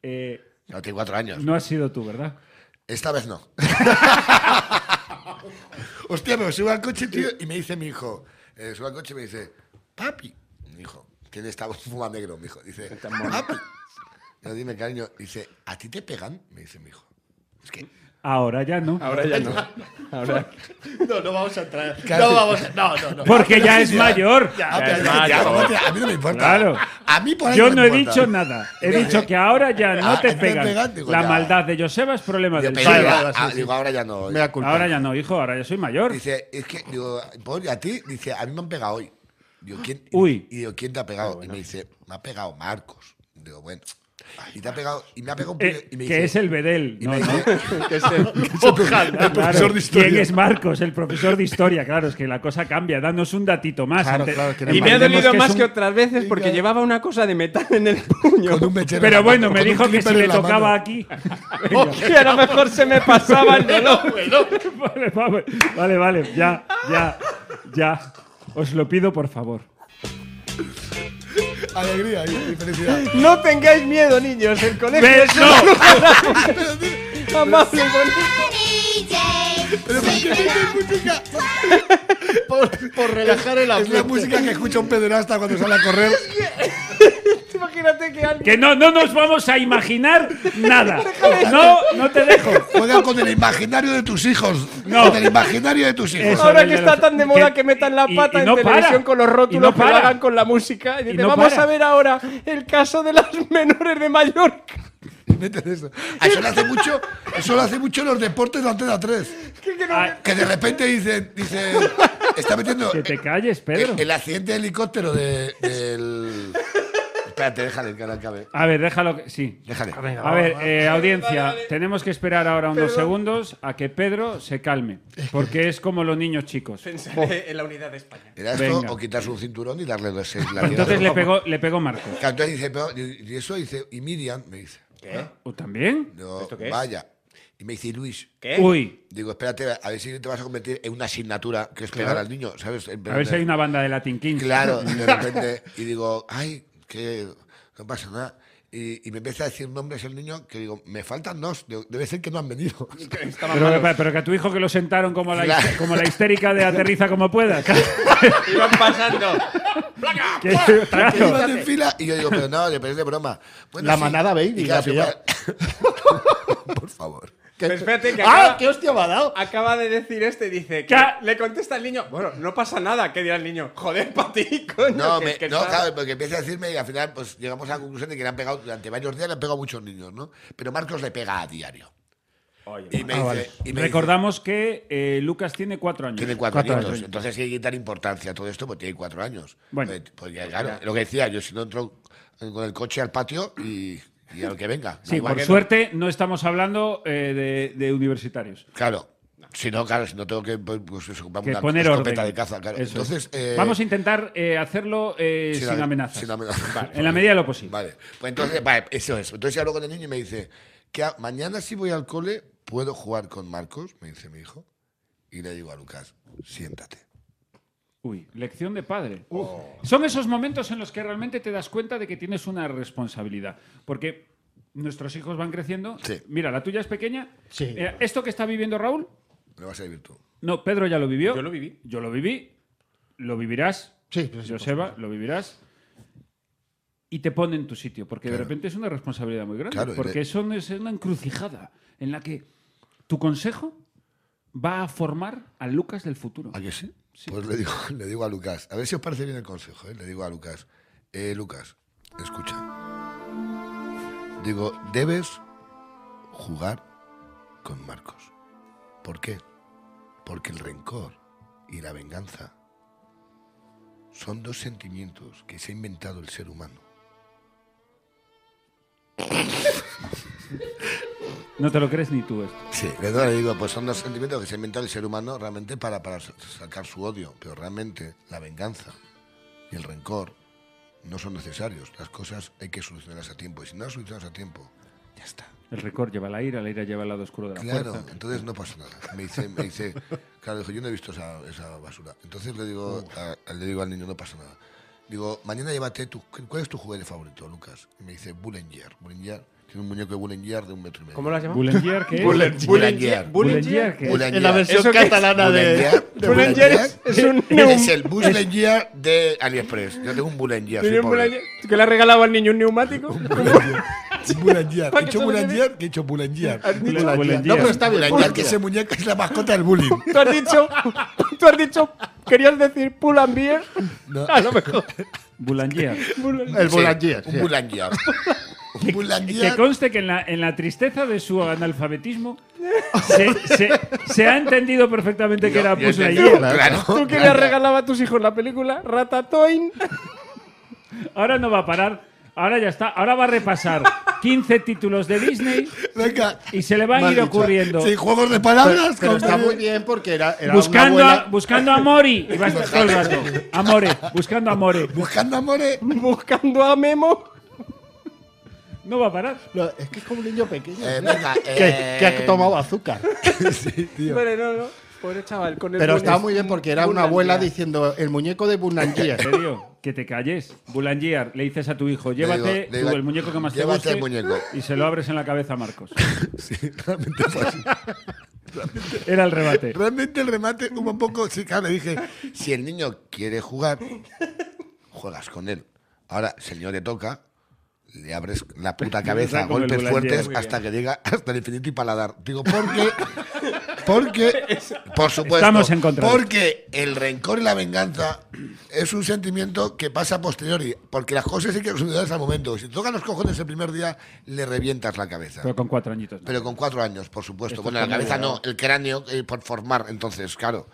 S3: eh,
S6: No, tengo cuatro años.
S3: no has sido tú, ¿verdad?
S6: Esta vez no. Hostia, me subo al coche, tío, y me dice mi hijo. eh, subo al coche y me dice, papi. Mi hijo, tiene esta fuma negro, mi hijo. Dice, papi. Yo, dime, cariño. Dice, ¿a ti te pegan? Me dice mi hijo. Es que,
S3: Ahora ya no.
S6: Ah,
S4: Ahora ya no. Ahora.
S5: No, no vamos a entrar.
S6: Claro.
S5: No vamos a. No, no, no.
S3: Porque ya es
S6: Ya.
S3: mayor.
S6: Ah,
S4: es
S6: pero-
S4: macho.
S6: vamos, tío, a mí no me importa.
S3: Claro.
S6: A mí por ahí
S3: Yo
S6: me
S3: no he
S6: importa.
S3: dicho nada. He
S6: Ya,
S3: dicho
S6: ya.
S3: que ahora ya no
S6: Ah,
S3: te
S6: no te
S3: pegan.
S6: pegan, digo,
S3: La
S6: ya.
S3: maldad de Joseba es problema
S6: Yo
S3: del
S6: pensé,
S3: padre.
S5: Vale, vale,
S6: ah,
S5: sí, sí.
S6: Digo, ahora ya no.
S5: Me da culpa.
S3: Ahora ya no, hijo, ahora ya soy mayor. Eh,
S6: Dice, es que, digo, "Paul, ¿y a ti? Dice, a mí me han pegado hoy. Digo, ¿quién,
S3: Uy. Ah,
S6: Y digo, ¿quién te ha pegado? Y me dice, me ha pegado Marcos. Digo, bueno. Y te ha pegado, y me ha pegado un puño-
S3: Eh,
S6: y me
S3: que
S6: dice-
S3: es el Bedel.
S6: y
S3: no,
S6: me
S3: no.
S6: dice,
S3: Claro,
S6: profesor de historia.
S3: ¿Quién es Marcos? El profesor de historia. Claro, es que la cosa cambia. Danos un datito más.
S5: Claro,
S3: Ante-
S5: claro, que no
S4: Y me ha
S3: Em, Entendemos
S4: dolido
S3: es
S4: más
S3: un-
S4: que otras veces porque llevaba una cosa de metal en el puño.
S6: con un mechero en la
S3: Pero bueno,
S6: mano,
S3: me
S6: con un
S3: dijo que si
S6: clipper
S3: le
S6: en la mano.
S3: tocaba aquí.
S4: Hostia, a lo mejor se me pasaba el dolor.
S3: Vale, vale, vale, vale, ya, ya, ya. Os lo pido, por favor.
S6: Alegría y y felicidad.
S4: No tengáis miedo, niños. El colegio
S3: Ve-
S4: es
S3: no.
S4: amable y bonito.
S6: Pero ¿por qué pones música?
S5: Por, por relajar el
S6: Es la
S5: ambiente.
S6: música que escucha un pederasta cuando sale a correr.
S4: Imagínate que alguien.
S3: Que no, no nos vamos a imaginar nada. No, no te dejo.
S6: Juega con el imaginario de tus hijos.
S3: No.
S6: Con el imaginario de tus hijos.
S3: Eso,
S4: Ahora
S3: el
S4: que
S3: de
S4: está
S3: los-
S4: tan de moda que,
S3: que-
S4: metan la
S3: y-
S4: pata
S3: y
S4: en
S3: no para.
S4: televisión con los rótulos
S3: Y no
S4: que lo
S3: para.
S4: hagan con la música. Y dice,
S3: no
S4: vamos
S3: para.
S4: a ver ahora el caso de las menores de Mallorca.
S6: Meten eso. Ah, Eso lo hace mucho, eso lo hace mucho en los deportes de Antena 3.
S4: Que- que no-
S3: Ah,
S6: Que de repente dicen, dice, está metiendo
S3: que te
S6: el,
S3: calles, Pedro.
S6: el accidente de helicóptero de, del... Espérate, déjale que la acabe.
S3: A ver, déjalo que. Sí.
S6: Déjale.
S3: A ver, eh, audiencia, tenemos que esperar ahora unos segundos a que Pedro se calme. Porque es como los niños chicos.
S4: Pensaré en la unidad de España.
S6: Era esto,
S3: Venga.
S6: o quitarse un cinturón y darle los seis
S3: Entonces le
S6: latigazos.
S3: pegó, le pegó Marco.
S6: Claro, Entonces dice, pero, y y eso dice, y Miriam me dice,
S3: ¿O también?
S6: no,
S4: ¿Esto qué es?
S6: vaya. Y me dice, "Y Luis,
S4: ¿Qué?
S3: Uy,
S6: digo, espérate, a ver si te vas a convertir en una asignatura que es pegar al niño, ¿sabes? En
S3: a ver si hay una banda de Latin Kings.
S6: Claro, y de repente, y digo, ay, que no pasa nada. y, y me empieza a decir nombres el niño que digo, me faltan dos, digo, debe ser que no han venido.
S3: Pero, que- pero que a tu hijo que lo sentaron como la,
S6: Claro.
S3: como la histérica de aterriza como puedas.
S8: Iban pasando.
S3: Que-
S6: Que
S3: claro.
S6: iban en fila y yo digo, pero no, le parece de broma. Bueno,
S5: La manada baby,
S6: Y claro,
S5: la
S6: se
S5: pillaba.
S6: fue- Por favor.
S4: Pero espérate, Pues que
S5: ¡Ah!
S4: acaba-
S5: ¡Qué hostia me ha dado!
S4: Acaba de decir este, dice, que
S3: Ca-
S4: le contesta al niño, bueno, no pasa nada, que dirá el niño, joder, para ti, coño.
S6: No,
S4: que-
S6: me-
S4: que
S6: no,
S4: está-
S6: claro, porque empieza a decirme y al final pues llegamos a la conclusión de que le han pegado durante varios días, le han pegado a muchos niños, ¿no? Pero Marcos le pega a diario. y
S4: ah,
S6: me dice, y me
S3: Recordamos que eh, Lucas tiene cuatro años.
S6: dice, tiene cuatro,
S5: Cuatro
S6: años.
S5: años.
S6: Entonces si hay que dar importancia a todo esto, pues tiene cuatro años.
S3: Bueno.
S6: Pues, pues, ya, claro, lo que decía, yo si no entro con el coche al patio y, y a lo que venga.
S3: Sí,
S6: Igual
S3: por
S6: que-
S3: suerte no estamos hablando eh, de, de universitarios.
S6: Claro. Si no, claro, si no tengo que pues, pues, eso, vamos,
S3: Que
S6: una
S3: poner
S6: escopeta
S3: orden.
S6: de caza, claro.
S3: Eso es.
S6: Entonces, eh,
S3: Vamos a intentar eh, hacerlo eh, sin,
S6: ame-
S3: amenazas.
S6: Sin amenazas.
S3: En la medida de lo posible.
S6: Vale, pues entonces, vale, eso es. Entonces hablo con el niño y me dice, que a- mañana si voy al cole, ¿puedo jugar con Marcos? Me dice mi hijo. Y le digo a Lucas, siéntate.
S3: Uy, lección de padre.
S6: Oh.
S3: Son esos momentos en los que realmente te das cuenta de que tienes una responsabilidad. Porque nuestros hijos van creciendo.
S6: Sí.
S3: Mira, la tuya es pequeña.
S5: Sí.
S3: Eh, esto que está viviendo Raúl,
S6: Lo vas a vivir tú.
S3: no, Pedro ya lo vivió.
S4: Yo lo viví.
S3: Yo lo viví. Lo vivirás.
S5: Sí, pues sí,
S3: Joseba, lo vivirás. Y te pone en tu sitio, porque de
S6: Claro.
S3: repente es una responsabilidad muy grande.
S6: Claro, y
S3: porque
S6: le-
S3: eso es una encrucijada en la que tu consejo va a formar al Lucas del futuro.
S6: ¿A que sí? Pues le digo, le digo a Lucas, a ver si os parece bien el consejo, ¿eh? le digo a Lucas, eh, Lucas, escucha. Digo, debes jugar con Marcos. ¿Por qué? Porque el rencor y la venganza son dos sentimientos que se ha inventado el ser humano.
S3: No te lo crees ni tú esto.
S6: Sí, le doy- le digo, pues son dos sentimientos que se ha inventado el ser humano realmente para, para sacar su odio, pero realmente la venganza y el rencor no son necesarios. Las cosas hay que solucionarlas a tiempo y si no las solucionas a tiempo, ya está.
S3: El récord lleva la ira, la ira lleva el lado oscuro de la
S6: Claro,
S3: fuerza.
S6: entonces no pasa nada. Me dice, me dice, claro, dijo, yo no he visto esa, esa basura. Entonces le digo, a- le digo al niño, no pasa nada. Digo, mañana llévate tu, ¿cuál es tu juguete favorito, Lucas? Y me dice, Bullinger. Bullinger, tiene un muñeco de Bullinger de un metro y medio.
S4: ¿Cómo lo has llamado?
S3: Bullengier, ¿qué es?
S6: Bullinger.
S3: Bullengier, ¿qué es?
S6: Bullengier.
S5: Es la versión
S4: ¿Eso qué es?
S5: catalana de.
S6: Bullengier.
S5: de
S4: Bullengier
S5: Bullengier.
S4: es- es un-
S6: Es el Bullengier de AliExpress. Yo tengo un Bullengier. soy
S4: Tenía un
S6: pobre.
S4: Boulanger- ¿Que le ha regalado al niño un neumático?
S6: Bullengier.
S4: ¿Para qué solo
S6: Bullengier? ¿Qué he hecho Bullengier?
S3: Bullengier.
S5: No, pero está bien.
S6: Bullengier, que ese muñeco es la mascota del bullying.
S4: ¿Tú has dicho, tú has dicho, querías decir pull and beer? A lo mejor.
S3: Bullengier.
S5: El
S6: Sí,
S5: Bullengier.
S6: Un
S5: sí.
S6: Bullengier. Un
S3: Que
S6: Bullengier.
S3: conste que en la, en la tristeza de su analfabetismo se, se- se ha entendido perfectamente que era
S6: Yo- yo
S3: pues la
S6: entendí,
S3: hierba.
S6: Claro.
S4: ¿Tú que le regalaba a tus hijos la película Ratatouille?
S3: Ahora no va a parar. Ahora ya está. Ahora va a repasar 15 títulos de Disney
S6: Venga.
S3: y se le van a
S5: Mal
S3: ir
S5: dicho.
S3: ocurriendo.
S6: Sí, juegos de palabras.
S5: Pero
S6: con-
S5: está muy bien porque era, era
S3: Buscando
S5: una
S3: a,
S5: abuela.
S3: buscando a Mori. Y va a estar todo el rato. Amore. Buscando a More.
S6: Buscando amores.
S4: Buscando a Memo.
S3: No va a parar.
S5: No, es que es como un niño pequeño.
S6: Eh,
S5: tío,
S6: venga,
S5: que,
S6: eh,
S5: que ha tomado azúcar.
S4: Vale, no, no. Pobre chaval, con el
S5: Pero
S4: buen-
S5: estaba muy bien porque era una abuela
S4: Boulanger.
S5: diciendo el muñeco de Bullengier.
S3: Te digo, que te calles. Bulangier, le dices a tu hijo,
S6: digo-
S3: llévate
S6: le
S3: tú
S6: digo,
S3: el muñeco que más te
S6: llévate
S3: guste
S6: el muñeco.
S3: y se lo abres en la cabeza a Marcos.
S6: Sí, realmente fue así.
S3: Era el rebate.
S6: Realmente el remate hubo un poco. Sí, claro, le dije: si el niño quiere jugar, juegas con él. Ahora, si el niño le toca, le abres la puta cabeza a
S3: Como el
S6: golpes
S3: Boulanger,
S6: fuertes
S3: muy
S6: hasta que llega hasta el infinito y paladar. Digo, ¿por qué? Porque, por supuesto,
S3: Estamos en contra de
S6: porque el rencor y la venganza es un sentimiento que pasa a posteriori. Porque las cosas hay que resolverlas al momento. Si te tocan los cojones el primer día, le revientas la cabeza.
S3: Pero con cuatro añitos. no.
S6: Pero con cuatro años, por supuesto.
S3: Esto
S6: bueno,
S3: está
S6: la cabeza
S3: muy
S6: no, el cráneo eh, por formar, entonces, claro.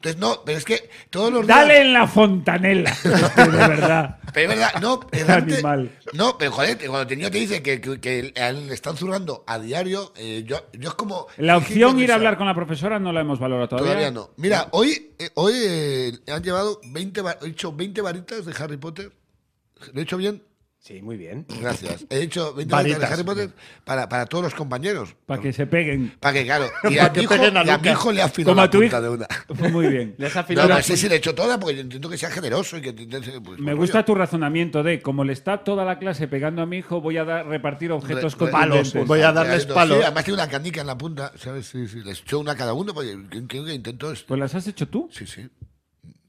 S6: Entonces, no, pero es que todos los
S3: Dale
S6: días.
S3: en la fontanela. Este, de verdad.
S6: Pero es verdad, no, es realmente-
S3: Animal.
S6: No, pero joder, te- cuando tenía te dice que, que, que a él le están zurrando a diario, eh, yo, yo es como.
S3: La opción
S6: Fíjate,
S3: ir
S6: o sea,
S3: a hablar con la profesora no la hemos valorado todavía.
S6: Todavía no. Mira, hoy, eh, hoy eh, han llevado 20, va- he hecho 20 varitas de Harry Potter. ¿Lo he hecho bien?
S4: Sí, muy bien.
S6: Gracias. He dicho 20 veces de
S5: Varitas.
S6: Harry Potter para, para todos los compañeros.
S3: Para que se peguen.
S6: Para que, claro. Y
S5: Para
S6: a, mi
S5: que
S6: hijo,
S5: peguen a
S6: y a mi
S5: Lucas.
S6: hijo le ha afilado
S3: Como a
S6: la
S3: tu
S6: punta
S3: hijo.
S6: de una.
S3: Pues Muy bien.
S4: Le has
S6: No,
S4: afilado
S6: no
S4: la
S6: sé si le he hecho toda, porque yo entiendo que sea generoso y que intente, pues,
S3: Me
S6: pues,
S3: gusta
S6: oye,
S3: tu razonamiento de como le está toda la clase pegando a mi hijo, voy a dar, repartir objetos
S6: Re-
S3: con
S6: re-
S5: Palos, voy a darles
S6: sí,
S5: palos.
S6: además tiene una canica en la punta, ¿sabes? Sí, sí, les echo una a cada uno, porque creo creo que intento esto.
S3: Pues las has hecho tú.
S6: Sí, sí.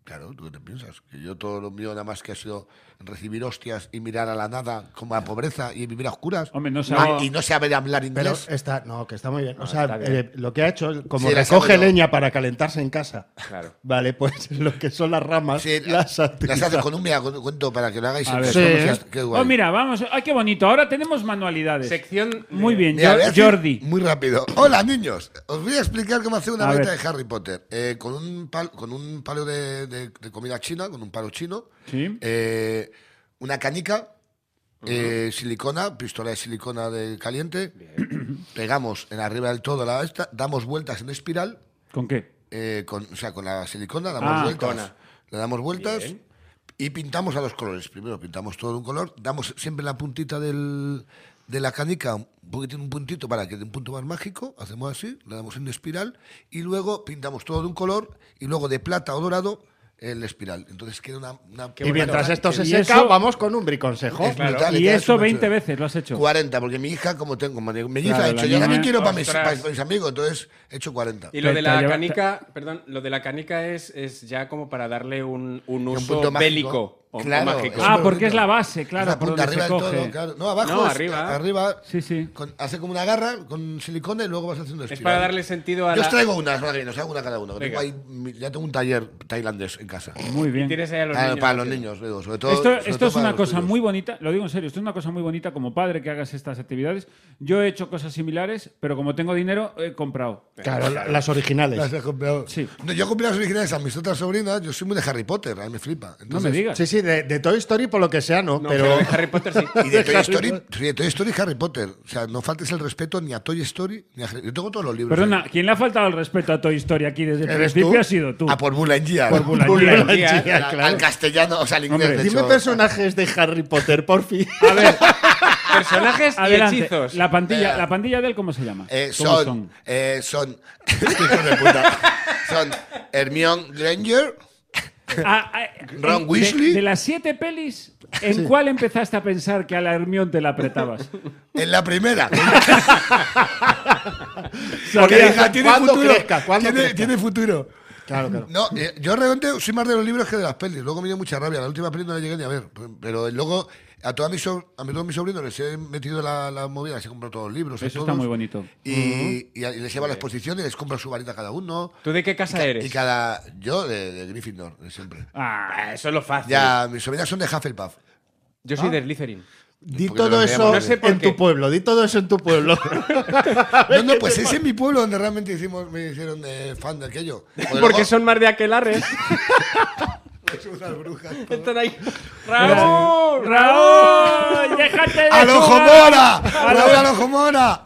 S6: Claro, ¿tú qué te piensas? Que yo todo lo mío nada más que ha sido recibir hostias y mirar a la nada como a pobreza y vivir a oscuras.
S3: Hombre, no
S6: Ah,
S3: sabo-
S6: y no saber hablar
S5: Pero
S6: inglés.
S5: está, no, que está muy bien. O sea,
S4: está bien.
S5: eh, lo que ha hecho, como
S6: Sí, la
S5: recoge
S6: sabe, ¿no?
S5: leña para calentarse en casa,
S4: Claro.
S5: vale, pues lo que son las ramas,
S6: Sí,
S5: las
S6: las haces
S5: utiliza.
S6: con un cuento para que lo hagáis.
S3: A ver.
S6: Eso no
S5: Sí.
S6: seas- qué guay.
S3: Oh, mira, vamos. Ay, qué bonito. Ahora tenemos manualidades.
S4: Sección.
S3: Muy bien,
S6: Mira,
S3: Jor-
S6: voy a decir
S3: Jordi.
S6: Muy rápido. Hola, niños. Os voy a explicar cómo hacer una
S3: A
S6: maleta
S3: ver.
S6: de Harry Potter. Eh, con, un pal- con un palo de, de- de comida china, con un palo chino.
S3: Sí.
S6: eh, una canica. eh, silicona, pistola de silicona de caliente. Pegamos en arriba del todo la esta. Damos vueltas en espiral.
S3: ¿Con qué?
S6: eh, con, o sea, con la silicona damos
S3: Ah,
S6: vueltas.
S4: silicona.
S6: Le damos vueltas.
S4: Bien.
S6: Y pintamos a los colores. Primero pintamos todo de un color, damos siempre en la puntita del, de la canica un poquitín, un puntito para que dé un punto más mágico. Hacemos así, le damos en espiral y luego pintamos todo de un color y luego de plata o dorado el espiral. Entonces queda una. una-
S5: Y mientras esto se
S3: Y
S5: seca,
S3: eso-
S5: vamos con un briconsejo.
S6: Es brutal,
S3: y
S6: queda
S3: eso
S6: súper
S3: 20
S6: chulo.
S3: veces lo has hecho.
S6: 40, porque mi hija, como tengo, mi mi hija
S3: Claro,
S6: ha
S3: la
S6: hecho, yo también
S3: niña-
S6: quiero para mis,
S4: Ostras.
S6: para mis amigos, entonces he hecho 40.
S4: Y lo de la
S3: Te lleva-
S4: canica, perdón, lo de la canica es, es ya como para darle un, un uso
S6: punto mágico.
S4: bélico o- o
S6: Claro.
S4: mágico.
S3: Ah,
S6: Súper
S3: porque
S6: bonito.
S3: es la base, claro,
S6: Es la
S3: por
S6: punta
S3: donde se
S6: arriba del todo,
S3: coge.
S6: claro. No, abajo.
S4: No,
S6: es-
S4: arriba.
S6: Arriba.
S3: Sí, sí.
S6: con- hace como una garra con silicona y luego vas haciendo
S4: es
S6: espiral.
S4: para darle sentido a
S6: Yo
S4: la...
S6: os traigo una, semana que viene, os hago una cada uno. que
S4: Venga.
S6: tengo ahí mi- ya tengo un taller tailandés en casa.
S3: Muy bien.
S4: Tienes ahí a los
S6: Ah,
S4: niños.
S6: para los niños, digo, sobre todo.
S3: Esto,
S6: sobre
S3: esto
S6: todo
S3: es
S6: para
S3: una
S6: los
S3: cosa
S6: tuyos.
S3: muy bonita, lo digo en serio, esto es una cosa muy bonita como padre que hagas estas actividades. Yo he hecho cosas similares, pero como tengo dinero, he comprado.
S5: Claro, la- las originales.
S6: Las he comprado.
S3: Sí.
S6: No, yo compré las originales a mis otras sobrinas. Yo soy muy de Harry Potter, a mí me flipa.
S3: No
S6: Entonces-
S3: me digas.
S5: Sí, sí, de, de Toy Story por lo que sea, no,
S4: No, pero...
S5: pero,
S4: de Harry Potter sí.
S6: Y de Toy, Story, sí, de Toy Story y Harry Potter. O sea, no faltes el respeto ni a Toy Story ni a Harry Yo tengo todos los libros.
S3: Perdona,
S6: ahí.
S3: quien le ha faltado el respeto a Toy Story aquí desde el
S6: ¿Eres
S3: principio
S6: tú?
S3: ha sido tú.
S6: A por Bulangia.
S3: Por Boulanger.
S6: Al-
S4: Boulanger,
S5: claro.
S6: Al castellano, o sea, al inglés.
S3: Hombre,
S6: de
S5: dime
S6: hecho.
S5: personajes de Harry Potter, por fin.
S3: A ver,
S4: Personajes
S3: adelante.
S4: y hechizos.
S3: La pandilla,
S6: Venga.
S3: la pandilla de él, ¿cómo se llama?
S6: Eh,
S3: ¿Cómo
S6: son, eh, son, hijos de puta. son Hermione Granger,
S3: Ah, ah,
S6: Ron
S3: de-
S6: Weasley.
S3: De, las siete pelis, ¿en cuál empezaste a pensar que a la Hermión te la apretabas?
S6: en la primera.
S5: Porque
S6: Porque hija, tiene
S5: cuando
S6: futuro.
S5: crezca, cuando
S6: tiene,
S5: crezca.
S6: tiene futuro.
S5: Claro, claro.
S6: No, eh, yo realmente soy más de los libros que de las pelis. Luego me dio mucha rabia. La última peli no la llegué ni a ver. Pero luego a todos mis, so- a todos mis sobrinos les he metido la, la movida, les he comprado todos los libros. a
S3: Eso está
S6: todos.
S3: muy bonito.
S6: Y, y a- y les llevo a la exposición y les compro su varita a cada uno.
S4: ¿Tú de qué casa eres?
S6: Y cada. Yo de, de Gryffindor, de siempre.
S3: Ah,
S4: Eso es lo fácil.
S6: Ya, Pues mis sobrinas son de Hufflepuff.
S4: Yo soy de Slytherin.
S5: Di
S6: Porque lo
S5: todo eso
S6: veamos.
S4: No sé por
S5: en
S4: qué.
S5: tu pueblo, di todo eso en tu pueblo.
S6: No, no, pues es en mi pueblo donde realmente hicimos, me hicieron eh, fan de aquello. Porque,
S4: Porque son más de aquelarres.
S6: son unas brujas.
S4: Están ahí. ¡Raúl!
S3: ¡Raúl! ¡Déjate de
S6: ¡Al ojo
S3: jugar!
S6: mora! ¡Raúl al ojo mora!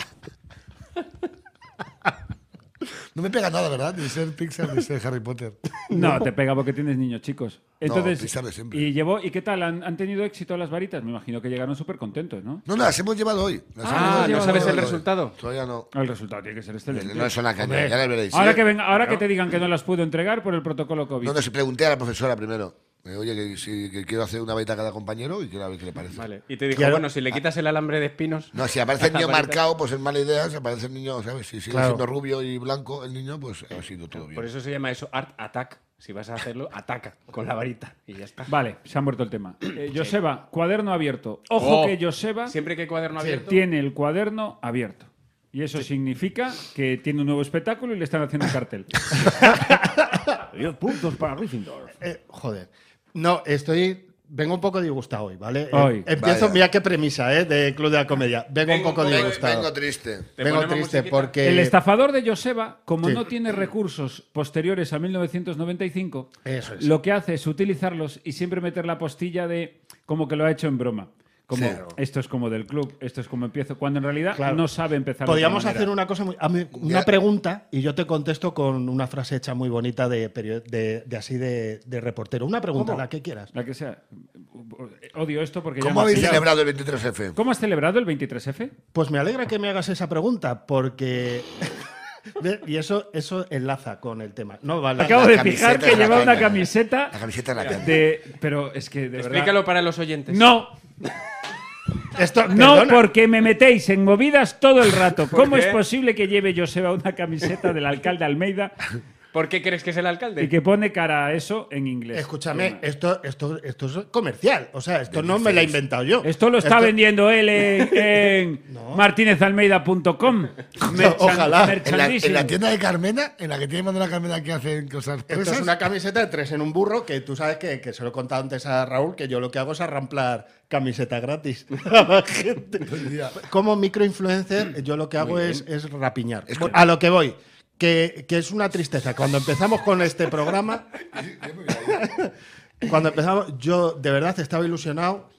S6: No me pega nada, ¿verdad? Ni ser Pixar ni ser Harry Potter.
S3: No, te pega porque tienes niños chicos. Entonces,
S6: pisarle siempre.
S3: y llevó, ¿y qué tal? ¿Han, han tenido éxito las varitas? Me imagino que llegaron súper contentos, ¿no?
S6: No, no, las hemos llevado hoy. Las
S4: Ah,
S6: hemos
S4: ¿no
S6: llevado
S4: sabes
S6: hoy.
S4: el resultado? Ah,
S6: Todavía no. Eh,
S3: El resultado tiene que ser excelente.
S6: No es una caña,
S3: Hombre,
S6: ya la veréis.
S3: Ahora,
S6: Sí.
S3: que, venga, ahora que te digan que no las puedo entregar por el protocolo COVID.
S6: No, no, se pregunté a la profesora primero. Eh, Oye, que, si- que quiero hacer una baita a cada compañero y quiero a ver qué le parece.
S4: Vale. Y te dijo,
S5: Claro.
S4: bueno, si le quitas el alambre de espinos.
S6: No, si aparece el niño
S4: Varita.
S6: marcado, pues es mala idea. Si aparece el niño, ¿sabes? Si sigue
S5: Claro.
S6: siendo rubio y blanco el niño, pues ha sido todo bien.
S4: Por eso se llama eso art attack. Si vas a hacerlo, ataca con la varita. Y ya está.
S3: Vale, se ha muerto el tema. Eh, Joseba, cuaderno abierto. Ojo
S4: Oh.
S3: que Joseba
S4: Siempre que cuaderno abierto.
S3: tiene el cuaderno abierto. Y eso significa que tiene un nuevo espectáculo y le están haciendo un cartel. 10 puntos para Gryffindor.
S5: Eh, joder. No, estoy. Vengo un poco disgustado hoy, ¿vale? Eh,
S3: Hoy.
S5: empiezo,
S6: Vaya.
S5: mira qué premisa, ¿eh? De Club de la Comedia. Vengo,
S4: Vengo
S5: un poco
S4: un poco-
S5: disgustado.
S6: Vengo triste.
S4: ¿Te
S5: Vengo
S4: ponemos
S5: triste
S4: musiquita?
S5: porque.
S3: El estafador de Joseba, como
S5: Eh, Sí.
S3: no tiene recursos posteriores a 1995,
S5: Eso es.
S3: lo que hace es utilizarlos y siempre meter la postilla de como que lo ha hecho en broma. Como,
S6: Claro.
S3: Esto es como del club, esto es como empiezo, cuando en realidad
S5: Claro.
S3: no sabe empezar. de
S5: Podríamos
S3: otra manera.
S5: hacer una cosa, muy- hazme una
S6: Ya.
S5: pregunta y yo te contesto con una frase hecha muy bonita de, perio- de, de así de, de reportero. Una pregunta, la que quieras.
S3: La que sea. Odio esto porque ya
S6: ¿Cómo
S3: me has
S6: habéis
S3: pillado.
S6: celebrado el 23F?
S3: ¿Cómo has celebrado el 23F?
S5: Pues me alegra que me hagas esa pregunta porque... Ve, y eso, eso enlaza con el tema. No, vale.
S3: Acabo de
S6: camiseta
S3: fijar que
S6: es la
S3: lleva una
S6: caña.
S3: camiseta
S6: La camiseta en la cara.
S3: de. Pero es que de verdad.
S4: Explícalo para los oyentes.
S3: No,
S5: Esto,
S3: no,
S5: perdona.
S3: porque me metéis en movidas todo el rato. ¿Cómo es
S4: qué?
S3: posible que lleve Joseba una camiseta del alcalde Almeida
S4: ¿Por qué crees que es el alcalde?
S3: y que pone cara a eso en inglés?
S5: Escúchame, esto, esto, esto es comercial. O sea, esto no me lo he inventado yo.
S3: Esto lo está vendiendo él en, en
S5: No.
S3: martinezalmeida.com. Merchan-
S5: Ojalá. En la-
S6: En la, en
S3: merchandising.
S6: la tienda de Carmena, en la que tiene Manuela Carmena que hacen cosas
S5: Esto
S6: persas.
S5: es una camiseta de tres en un burro que tú sabes que, que se lo he contado antes a Raúl, que yo lo que hago es arramplar camiseta gratis a la gente. Como microinfluencer, yo lo que hago es, es rapiñar. a lo que voy, que, que es una tristeza. Cuando empezamos con este programa, cuando empezamos, yo de verdad estaba ilusionado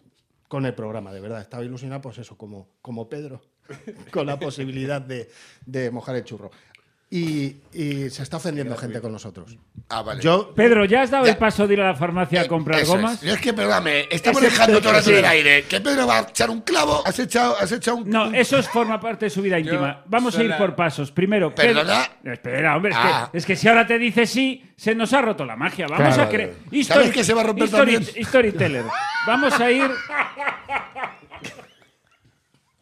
S5: con el programa, de verdad. Estaba ilusionado, pues eso, como, como Pedro, con la posibilidad de, de mojar el churro. Y, y se está ofendiendo gente con nosotros.
S6: Ah, vale.
S5: Yo,
S3: Pedro, ¿ya has dado
S6: Ya.
S3: el paso de ir a la farmacia
S5: Eh,
S3: a comprar
S6: Eso
S3: gomas?
S6: Es. Yo es que, perdóname, estamos
S5: Ese-
S6: dejando todo
S5: sí.
S6: en el aire. Que Pedro va a echar un clavo. Has echado, has echado un.
S3: No, eso es- forma parte de su vida íntima. Vamos a ir
S4: sola-
S3: por pasos. Primero, Pedro-
S6: ¿Perdona?
S3: Espera, hombre, es,
S6: Ah.
S3: que, es que si ahora te dice sí, se nos ha roto la magia. Vamos
S6: Claro.
S3: a creer.
S6: ¿Sabes que se va a romper también?
S3: Storyteller. Vamos a ir.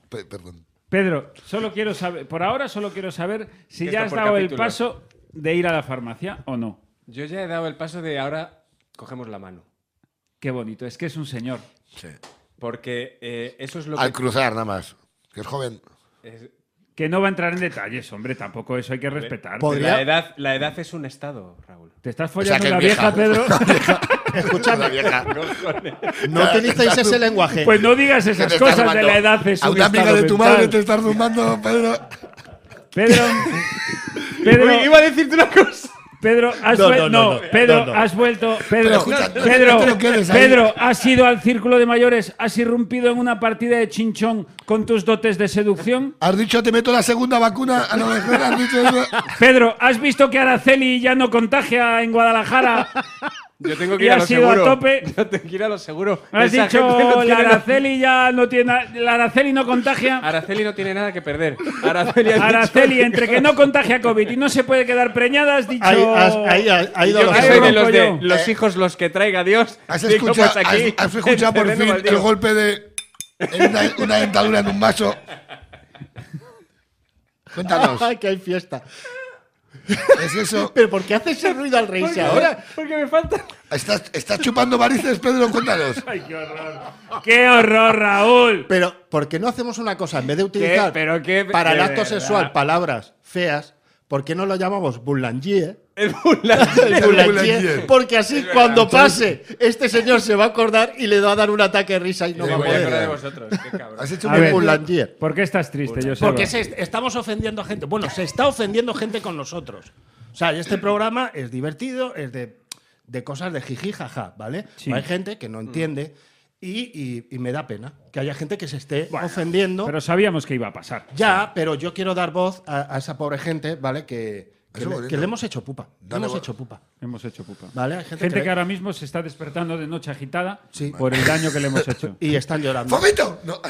S6: Pe- perdón.
S3: Pedro, solo quiero saber. Por ahora solo quiero saber si
S4: Que
S3: ya
S4: está
S3: has
S4: por
S3: dado el
S4: capítulos.
S3: paso de ir a la farmacia o no.
S4: Yo ya he dado el paso de ahora cogemos la mano.
S3: Qué bonito, es que es un señor.
S6: Sí.
S4: Porque eh, eso es lo
S6: Al
S4: que.
S6: cruzar, nada más. Que es joven.
S4: es-
S3: Que no va a entrar en detalles, hombre, tampoco eso hay que respetar.
S5: Podría-
S4: la, edad, la edad es un estado, Raúl.
S3: ¿Te estás
S6: O sea,
S3: follando
S6: que es
S3: una vieja, Pedro?
S6: Escúchame. vieja.
S5: no utilicéis ese lenguaje.
S3: Pues no digas
S6: Que te
S3: esas
S6: estás
S3: cosas de
S6: zumbando.
S3: la edad. Es
S6: A
S3: un
S6: una amiga
S3: estado
S6: de tu
S3: mental.
S6: madre te estás zumbando, Pedro.
S3: Pedro. Pedro.
S4: Uy, iba a decirte una cosa.
S3: Pedro, has
S5: No, no,
S3: vuelto.
S5: no,
S3: No,
S5: no,
S3: Pedro,
S5: no, no.
S3: has vuelto. Pedro,
S6: escucha, no,
S3: Pedro,
S6: no te lo quedes ahí.
S3: Pedro, has ido al círculo de mayores, has irrumpido en una partida de chinchón con tus dotes de seducción.
S6: Has dicho, te meto la segunda vacuna. A lo mejor has dicho eso.
S3: Pedro, has visto que Araceli ya no contagia en Guadalajara.
S4: Yo tengo que
S3: Y
S4: ir a
S3: has
S4: lo
S3: ido a
S4: seguro.
S3: tope.
S4: Yo tengo que ir a lo seguro.
S3: Has
S4: Esa
S3: dicho
S4: gente no
S3: la
S4: tiene nada-
S3: Araceli ya no tiene, na- la Araceli no contagia.
S4: Araceli no tiene nada que perder. Araceli, ha dicho-
S3: Araceli, entre que no contagia COVID y no se puede quedar preñada, has dicho.
S5: Ahí, has- ahí ha- ha ido
S4: Yo
S5: lo
S4: que
S5: que
S4: soy
S5: va.
S4: de los de
S3: Yo.
S4: los hijos los que traiga Dios.
S6: Eh. Has
S4: digo,
S6: escuchado,
S4: pues aquí,
S6: has, has escuchado por
S4: en
S6: fin
S4: terreno
S6: el
S4: baldío.
S6: golpe de en una, una dentadura en un vaso. Cuéntanos,
S5: Ay, que hay fiesta.
S6: ¿es eso?
S5: Pero ¿por qué haces ese ruido al reírse ahora?
S4: Porque me falta.
S6: ¿Estás, estás chupando varices, Pedro? Cuéntanos.
S3: Ay, qué horror. Qué horror, Raúl.
S5: Pero ¿por qué no hacemos una cosa en vez de utilizar
S4: ¿Pero qué?
S5: para el
S4: De
S5: acto
S4: verdad.
S5: sexual palabras feas? ¿por qué no lo llamamos Boulangier?
S4: El burla.
S5: El Boulanger, Porque así cuando
S4: verdad.
S5: pase, este señor se va a acordar y le va a dar un ataque de risa y no
S4: Me
S5: va a
S4: voy a acordar de
S5: poder.
S4: vosotros. Qué cabrón.
S6: ¿Has hecho
S3: A
S6: un
S3: ver.
S5: Boulanger.
S3: ¿Por qué estás triste, Joseba?
S5: Porque se- estamos ofendiendo a gente. Bueno, se está ofendiendo gente con nosotros. O sea, y este programa es divertido, es de, de cosas de jiji, jaja, ¿vale?
S3: Sí.
S5: Hay gente que no
S6: Mm.
S5: entiende y, y- y me da pena que haya gente que se esté ofendiendo.
S3: Pero sabíamos que iba a pasar.
S5: ya, pero yo quiero dar voz a, a esa pobre gente, ¿vale? Que, que
S6: Eso
S5: le,
S6: bonito.
S5: que le hemos hecho pupa. Le
S6: Dale
S5: hemos
S6: voz.
S5: hecho pupa.
S3: Hemos hecho pupa.
S5: ¿Vale? Hay gente,
S3: Gente
S5: que-
S3: que ahora mismo se está despertando de noche agitada
S5: Sí.
S3: por el daño que le hemos hecho.
S5: Y están llorando.
S6: ¡Fomito! No.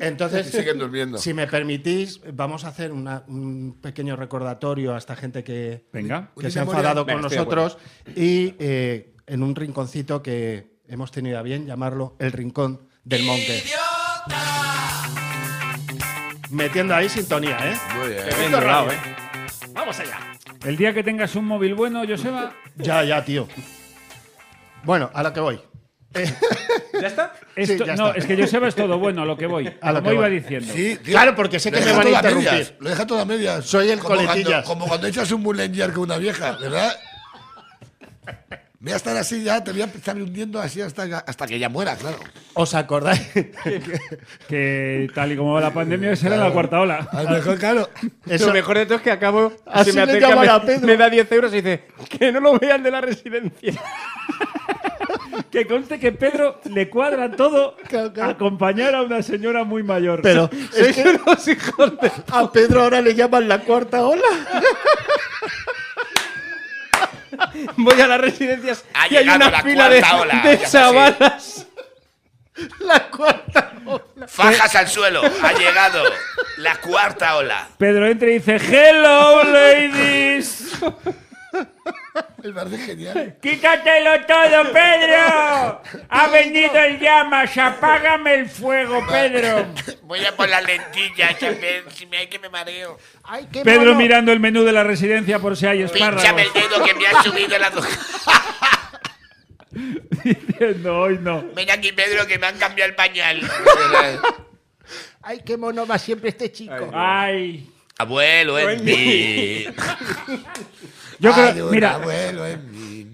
S5: Entonces,
S6: Y siguen durmiendo.
S5: si me permitís, vamos a hacer una- un pequeño recordatorio a esta gente que,
S3: Venga.
S5: que
S6: Oye,
S5: se ha
S6: memoria.
S5: enfadado con
S4: Venga, estoy de
S5: nosotros y eh, en un rinconcito que hemos tenido a bien llamarlo el rincón del monte. Metiendo ahí sintonía, ¿eh?
S6: Muy bien.
S4: Bien dorado, eh.
S3: El día que tengas un móvil bueno, Joseba,
S5: Ya, ya, tío. Bueno, a lo que voy.
S4: ¿Ya está?
S3: esto,
S5: ya
S3: no,
S5: está.
S3: es que Joseba es todo bueno, a lo que voy.
S5: A lo
S3: como
S5: que
S3: iba
S5: voy.
S3: diciendo.
S6: Sí, tío.
S5: Claro, porque sé
S6: Lo
S5: que me
S6: deja
S5: van a
S6: todo medias,
S5: interrumpir.
S6: Lo deja todo a medias.
S5: Soy el
S6: como
S5: coletillas.
S6: Cuando, como cuando echas un Mullengier con una vieja, ¿verdad? Voy a estar así ya, te voy a estar hundiendo así hasta, hasta que ella muera, claro.
S5: ¿Os acordáis?
S3: Que tal y como va la pandemia, será la cuarta ola.
S5: Ah.
S6: A lo mejor, claro.
S5: Eso-
S4: Lo mejor de todo es que acabo.
S5: Así
S4: se me
S5: le
S4: acerca,
S5: llaman
S4: me,
S5: a Pedro.
S4: me da 10 euros y dice: Que no lo vean de la residencia.
S3: que conste que Pedro le cuadra todo
S5: Claro, claro.
S3: acompañar a una señora muy mayor.
S5: Pero es que a Pedro ahora le llaman la cuarta ola.
S4: Voy a las residencias
S7: Ha
S4: y hay
S7: llegado
S4: una
S7: la
S4: fila de,
S7: cuarta ola,
S4: de
S7: ya
S4: chavalas.
S5: La cuarta ola.
S7: Fajas al suelo. Ha llegado la cuarta ola.
S3: Pedro entra y dice, hello, ladies.
S6: Me parece genial.
S3: Quítatelo todo, Pedro. Ha venido el llamas. Apágame el fuego, Pedro.
S7: Voy a por las lentillas, que me- si me hay que me mareo.
S5: Ay, qué
S3: Pedro
S5: mono.
S3: mirando el menú de la residencia por si hay
S7: Pínchame
S3: espárragos.
S7: el dedo que me ha subido la...
S3: Diciendo, hoy no.
S7: Ven aquí, Pedro, que me han cambiado el pañal.
S5: Ay, qué mono va siempre este chico.
S3: Ay.
S7: Abuelo en mí.
S3: Yo creo,
S6: Hay un
S3: mira,
S6: abuelo en mí.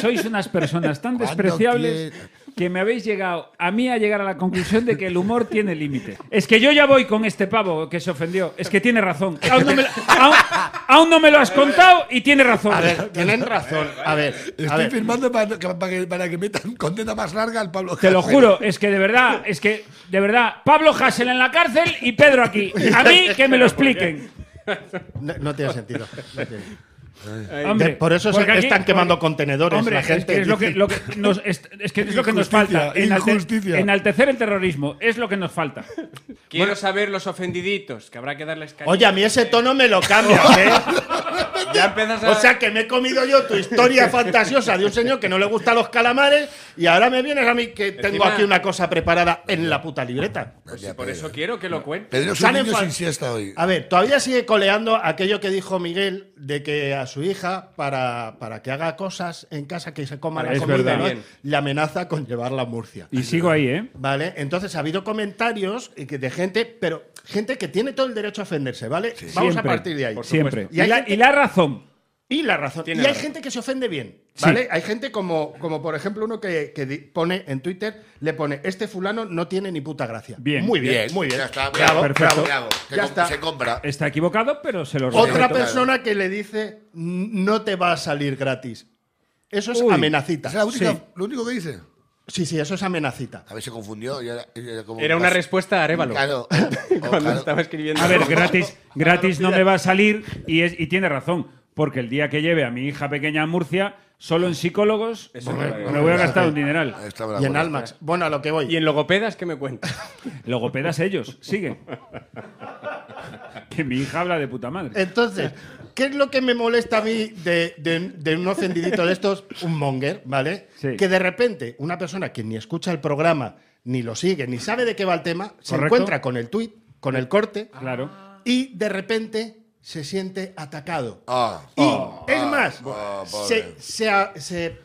S3: sois unas personas tan
S6: Cuando
S3: despreciables
S6: quiera.
S3: que me habéis llegado a mí a llegar a la conclusión de que el humor tiene límite. Es que yo ya voy con este pavo que se ofendió. Es que tiene razón. Aún no me lo, aún- aún no me lo has contado y tiene razón.
S5: A ver, tienen razón. A ver, a
S6: Estoy
S5: ver.
S6: firmando para, que- para que, para que metan condena más larga al Pablo
S3: Te lo
S6: Hasél.
S3: juro, es que de verdad, es que de verdad, Pablo Hassel en la cárcel y Pedro aquí. A mí que me lo expliquen.
S5: No, no tiene sentido. no tiene.
S3: Hombre,
S5: De- por eso se-
S3: porque aquí-
S5: están quemando
S3: porque-
S5: contenedores
S3: Hombre,
S5: la
S3: es
S5: gente.
S3: que es lo que,
S5: dice.
S3: lo que nos, es, es que es lo que nos
S6: Injusticia,
S3: falta. Enalte-
S6: injusticia.
S3: Enaltecer el terrorismo es lo que nos falta.
S4: Quiero saber los ofendiditos, que habrá que darles caña.
S5: Oye, a mí ese tono me lo cambias, ¿eh?
S4: ya empiezas a...
S5: O sea, que me he comido yo tu historia fantasiosa de un señor que no le gustan los calamares y ahora me vienes a mí que tengo
S4: Encima-
S5: aquí una cosa preparada en la puta libreta.
S4: Pues si por eso quiero que lo cuente.
S6: Pedro es un
S5: Se han
S6: niño
S5: enfad-
S6: sin siesta hoy.
S5: A ver, todavía sigue coleando aquello que dijo Miguel de que a su hija, para, para que haga cosas en casa, que se coma la
S3: Es
S5: comida,
S3: verdad.
S5: ¿no?
S4: Bien.
S5: le amenaza con llevarla a Murcia.
S3: Y sigo ahí, ¿eh?
S5: ¿Vale? Entonces ha habido comentarios y que- de gente, pero gente que tiene todo el derecho a ofenderse, ¿vale? Vamos
S3: Siempre,
S5: a partir de ahí.
S4: por supuesto.
S3: Siempre.
S5: Y hay
S3: Y la,
S5: gente-
S3: y la razón.
S5: Y la razón.
S4: Tiene
S5: y hay
S4: razón.
S5: gente que se ofende bien,
S3: Sí.
S5: ¿vale? Hay gente como, como por ejemplo, uno que, que di- pone en Twitter, le pone, este fulano no tiene ni puta gracia.
S3: Bien.
S5: Muy bien, muy bien.
S6: Ya está,
S5: Bravo,
S6: bravo,
S5: bravo.
S6: bravo, bravo. Se,
S5: Ya
S6: com-
S5: está.
S6: se compra.
S3: Está equivocado, pero se lo
S5: Otra
S3: respeto.
S5: persona que le dice, no te va a salir gratis. Eso es
S3: Uy.
S5: amenacita.
S6: Es la única,
S3: Sí.
S6: lo único que dice.
S5: Sí, sí, eso es amenacita.
S6: A ver, se confundió. y era, y como-
S4: Era una respuesta a Arévalo.
S6: Claro.
S4: Cuando estaba escribiendo.
S3: A ver, gratis, gratis no me va a salir y, es, y tiene razón. Porque el día que lleve a mi hija pequeña a Murcia, solo en psicólogos,
S4: Eso
S3: me,
S4: no vale.
S3: me voy a gastar un dineral.
S6: Estaba
S5: Y en Almax. Bueno, a lo que voy.
S4: Y en logopedas, ¿qué me cuentas?
S3: Logopedas ellos, sigue. Que mi hija habla de puta madre.
S5: Entonces, ¿qué es lo que me molesta a mí de, de- de un ofendidito de estos? Un monger, ¿vale?
S3: Sí.
S5: Que de repente una persona que ni escucha el programa, ni lo sigue, ni sabe de qué va el tema, se
S3: Correcto.
S5: encuentra con el tuit, con el corte,
S3: Claro.
S5: y de repente se siente atacado.
S6: Ah,
S5: Y es más,
S6: ah,
S5: se,
S6: pobre.
S5: se a- se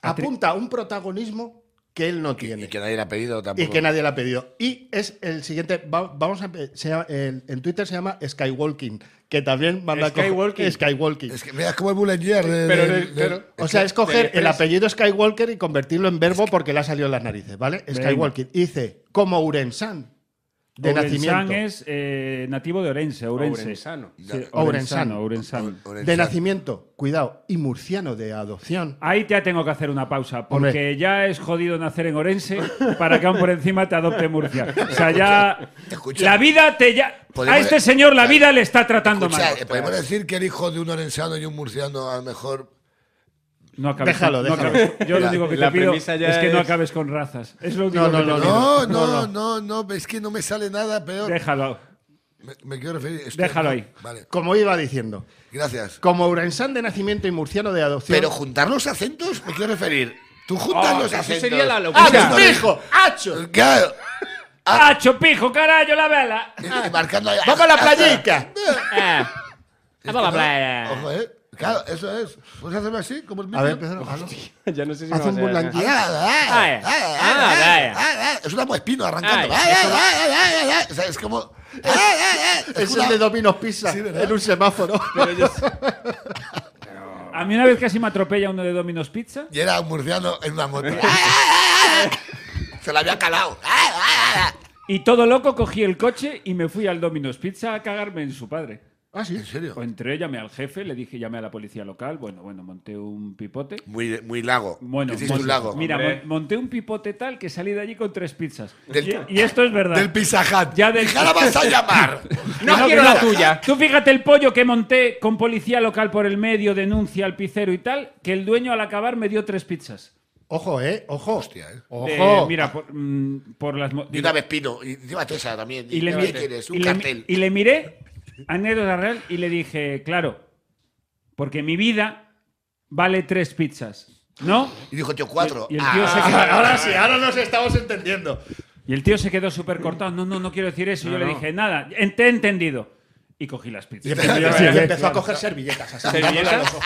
S5: apunta a un protagonismo que él no tiene.
S6: y que nadie le ha pedido
S5: Y
S6: tampoco.
S5: que nadie la ha pedido. Y es el siguiente. va- vamos a, empe- se llama- el- en Twitter se llama Skywalking, que también manda a coger-
S4: Skywalking.
S5: Skywalking.
S6: Es que veas como el Bullenger.
S4: Pero en el- pero-
S5: o sea, es coger
S4: del
S5: el
S4: Express.
S5: apellido Skywalker y convertirlo en verbo porque le ha salido en las narices, ¿vale? Skywalking. Y Dice, como Urensan, de
S3: Ourensán
S5: nacimiento.
S3: es eh, nativo de Orense, Ourense.
S4: Ourensano.
S3: Sí,
S6: Ya.
S5: Ourensán.
S3: Ourensano, Ourensano.
S5: De nacimiento, cuidado, y murciano de adopción.
S3: Ahí ya tengo que hacer una pausa, porque
S5: Hombre.
S3: ya es jodido nacer en Orense para que aún por encima te adopte Murcia. O sea, ya.
S6: Escucha.
S3: La vida te ya. A
S6: Podemos-
S3: este señor la vida le está tratando
S6: Escucha, eh,
S3: mal.
S6: podemos decir que el hijo de un orensano y un murciano a lo mejor.
S3: No acabes.
S5: Déjalo,
S3: no
S5: déjalo.
S3: acabes. Yo lo
S6: La-
S3: único que te
S4: la
S3: pido es
S4: premisa ya
S3: que no
S4: es-
S3: acabes con razas. Es lo único
S5: No, no,
S3: que te
S5: no,
S3: pido.
S6: No, no, no, no, es que no me sale nada peor.
S3: Déjalo.
S6: Me, me quiero referir. estoy-
S3: Déjalo ahí.
S6: Vale,
S5: Como iba diciendo,
S6: gracias.
S5: como Urensan de nacimiento y murciano de adopción.
S6: Pero juntar los acentos, me quiero referir. Tú juntas los
S4: eso
S6: acentos.
S4: sería la
S5: ¡Ah,
S4: locura.
S6: Eso es
S5: hijo! ¡Hacho!
S6: lo- Claro. Ah.
S3: ¡Hacho, pijo, carayo, la vela!
S6: Y- y marcando ahí-
S5: ¡Vamos a la playica!
S6: Ah. Vamos a la playa. Ojo, eh. Claro, eso es. ¿Puedes hacerme así? Como el
S5: A ver,
S6: micro? Ah, no.
S4: ya no sé si
S5: Haz
S4: me va a
S5: un
S4: salir acá.
S5: burlanguín.
S6: Ah, ah, ah, ah, ah, ah, Es una espino arrancando. Ah, ah, ah, ah, ah, ah. O sea, es como. ah, ah, ah.
S5: Es
S6: una-
S5: el de Domino's Pizza
S6: Sí, ¿verdad?
S5: en un semáforo.
S3: A mí una vez casi me atropella uno de Domino's Pizza.
S6: Y era un murciano en una moto. Ah, ah, ah, ah. Se la había calado. Ah, ah, ah, ah.
S3: Y todo loco cogí el coche y me fui al Domino's Pizza a cagarme en su padre.
S5: Ah, sí.
S6: ¿En serio?
S3: O entré, llamé al jefe, le dije, llamé a la policía local. Bueno, bueno, monté un pipote.
S6: Muy, muy lago.
S3: Bueno,
S6: Hiciste
S3: mon-
S6: un lago.
S3: mira,
S4: Hombre.
S3: mon- monté un pipote tal que salí de allí con tres pizzas.
S6: Del-
S3: y, y esto es verdad.
S6: Del Pizza Hut.
S3: Ya del-
S6: ¿Y ahora vas a llamar?
S4: No quiero la tuya.
S3: Tú fíjate el pollo que monté con policía local por el medio, denuncia al picero y tal, que el dueño al acabar me dio tres pizzas.
S5: Ojo, ¿eh? Ojo.
S6: Hostia, ¿eh?
S5: Ojo.
S3: Eh, mira, por, mm, por las... mo-
S6: Y una vez pino. Y llévate esa también.
S3: y le,
S6: ¿Qué
S3: mi-
S6: quieres? Un
S3: y le mi-
S6: cartel.
S3: y le miré, anécdota real, y le dije, claro, porque mi vida vale tres pizzas, ¿no?
S6: Y dijo, tío, cuatro.
S3: Y el
S6: Ah,
S3: tío se quedó-
S5: Ahora sí, ahora nos estamos entendiendo.
S3: Y el tío se quedó súper cortado. No, no, no quiero decir eso. Y yo
S4: No,
S3: le
S4: no.
S3: dije, nada, en- te he entendido. Y cogí las
S5: Y
S3: pizzas.
S5: empezó,
S3: Y,
S5: y empezó a coger servilletas. así,
S3: ¿Servilletas?
S5: dándola a los ojos.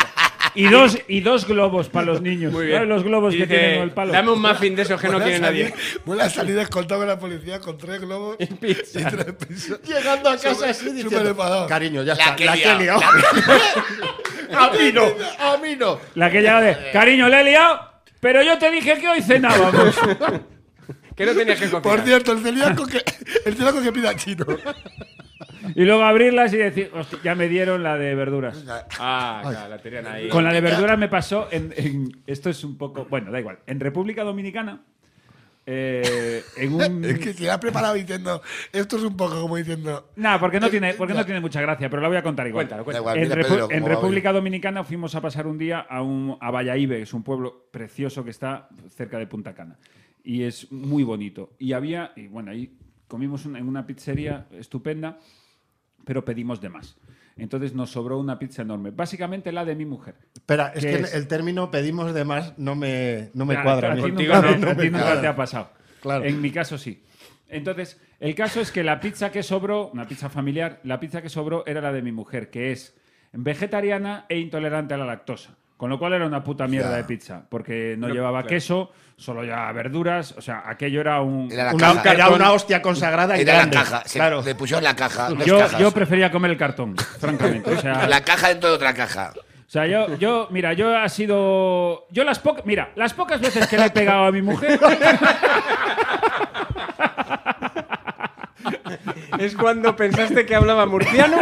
S3: dos, y dos globos para los niños.
S4: Muy bien.
S3: ¿Sabes Los globos
S4: Y
S3: que
S4: dice,
S3: tienen el palo.
S4: Dame un muffin de esos que no
S6: Buena
S4: quiere nadie.
S6: Pues salida- Buena salida escoltado con la policía con tres globos y
S4: pizza.
S6: tres pizzas.
S5: Llegando a casa
S6: Súper-
S5: así
S6: súper
S5: diciendo,
S6: enfadado.
S5: cariño, ya
S6: La
S5: está,
S6: que he
S5: la que he
S6: liado.
S5: liado. a mí no, a mí no.
S3: La que llega de, cariño, le he liado, pero yo te dije que hoy cenábamos.
S4: Que no tenías que copiar.
S6: Por cierto, el celíaco que, el celíaco que pida chino.
S3: y luego abrirlas y decir, "Hostia, ya me dieron la de verduras.
S4: Ah, claro, la tenían ahí.
S3: Con la de verduras me pasó en, en- Esto es un poco... Bueno, da igual. En República Dominicana, eh, en un...
S6: Es que se la ha preparado diciendo, esto es un poco como diciendo,
S3: Nah, porque no tiene, porque no tiene mucha gracia, pero la voy a contar igual.
S4: Eh, Cuéntalo,
S6: da
S4: cuéntalo.
S6: igual,
S3: en,
S6: mira,
S3: Repu- en
S6: Pedro, cómo va hoy.
S3: República Dominicana fuimos a pasar un día a, un, a Valladolid, que es un pueblo precioso que está cerca de Punta Cana. Y es muy bonito. Y había, y bueno, ahí comimos una- en una pizzería estupenda, pero pedimos de más. Entonces nos sobró una pizza enorme. Básicamente la de mi mujer.
S5: Espera, es
S3: ¿Qué
S5: que
S3: es?
S5: el término pedimos de más no me, no me
S3: Claro,
S5: cuadra.
S3: a
S5: a mí.
S3: ti nunca
S4: Contigo
S3: te-
S4: no, no
S3: a ti
S5: me
S3: nunca
S5: cuadra.
S3: te ha pasado.
S5: Claro.
S3: En mi caso sí. Entonces, el caso es que la pizza que sobró, una pizza familiar, la pizza que sobró era la de mi mujer, que es vegetariana e intolerante a la lactosa. Con lo cual era una puta mierda
S6: Ya.
S3: de pizza, porque no, llevaba queso, solo llevaba verduras, o sea, aquello era un...
S6: Era la
S5: Una,
S6: caja.
S5: era una hostia consagrada y
S6: Era
S5: grande.
S6: la caja. Se-
S5: Claro.
S6: Le pusieron la caja. dos
S3: yo,
S6: cajas.
S3: yo prefería comer el cartón, francamente. O sea,
S6: la caja dentro de otra caja.
S3: O sea, yo, yo, mira, yo ha sido. Yo las pocas. Mira, las pocas veces que le he pegado a mi mujer.
S4: Es cuando pensaste que hablaba murciano.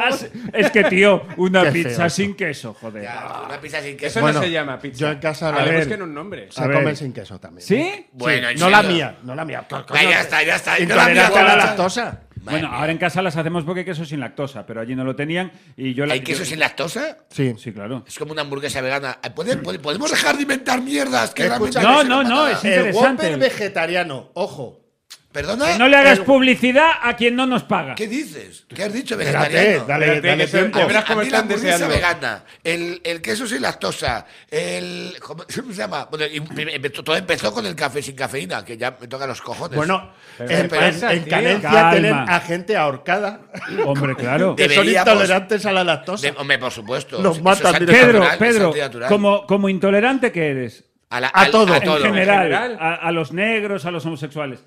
S3: has- Ah, es que, tío, una
S5: Qué
S3: pizza
S5: feo.
S3: sin queso, joder.
S6: Ya, una pizza sin queso.
S4: Eso
S5: Bueno,
S4: no se llama pizza.
S5: yo en casa,
S4: A
S5: a
S4: ver,
S5: ver.
S4: busquen un nombre.
S5: Se
S3: A ver.
S5: comen sin queso también.
S3: ¿Sí?
S6: Bueno, en
S5: No la
S6: serio.
S5: mía, no la mía.
S6: Ah, ya está, ya está. No la mía,
S5: Intolerante a la
S6: guarda.
S5: lactosa.
S6: Madre
S3: bueno,
S6: mía.
S3: ahora en casa las hacemos porque queso sin lactosa, pero allí no lo tenían y yo la.
S6: ¿Hay queso
S3: yo-
S6: sin lactosa?
S5: Sí.
S3: Sí, claro.
S6: Es como una hamburguesa vegana. ¿Pode- pode- ¿Podemos dejar de inventar mierdas? Que
S5: Escucha,
S6: realmente
S3: No,
S6: son
S3: no,
S6: una
S3: no,
S6: patada?
S3: es
S5: El
S3: interesante.
S5: Whopper vegetariano, ojo.
S6: ¿Perdona?
S3: No le hagas
S5: El-
S3: publicidad a quien no nos paga.
S6: Eh, ¿Qué dices? ¿Qué has dicho,
S5: Espérate,
S6: vegetariano?
S5: dale,
S4: Espérate,
S5: dale
S4: que se-
S5: tiempo.
S4: ya verás
S6: a
S4: cómo
S6: mí la
S4: están
S6: hamburguesa
S4: deseando.
S6: vegana, el, el queso sin lactosa, el... ¿Cómo se llama? Bueno, y prim- empe- todo empezó con el café sin cafeína, que ya me toca los cojones.
S5: Bueno,
S6: Pero-
S5: en,
S6: pero-
S5: en- en
S4: tío.
S5: Canencia
S3: Calma.
S5: tienen a gente ahorcada
S3: Hombre, claro.
S5: que son
S6: Deberíamos-
S5: intolerantes a la lactosa.
S6: de- hombre, por supuesto.
S5: Nos
S6: Eso
S5: matan
S6: es
S3: Pedro,
S6: antinatural, es
S3: Pedro,
S6: antinatural.
S3: como, como intolerante que eres,
S6: A, la-
S5: a
S6: al-
S5: todo.
S6: A
S5: En
S6: todo.
S3: en general,
S4: general.
S3: A, a los negros, a los homosexuales.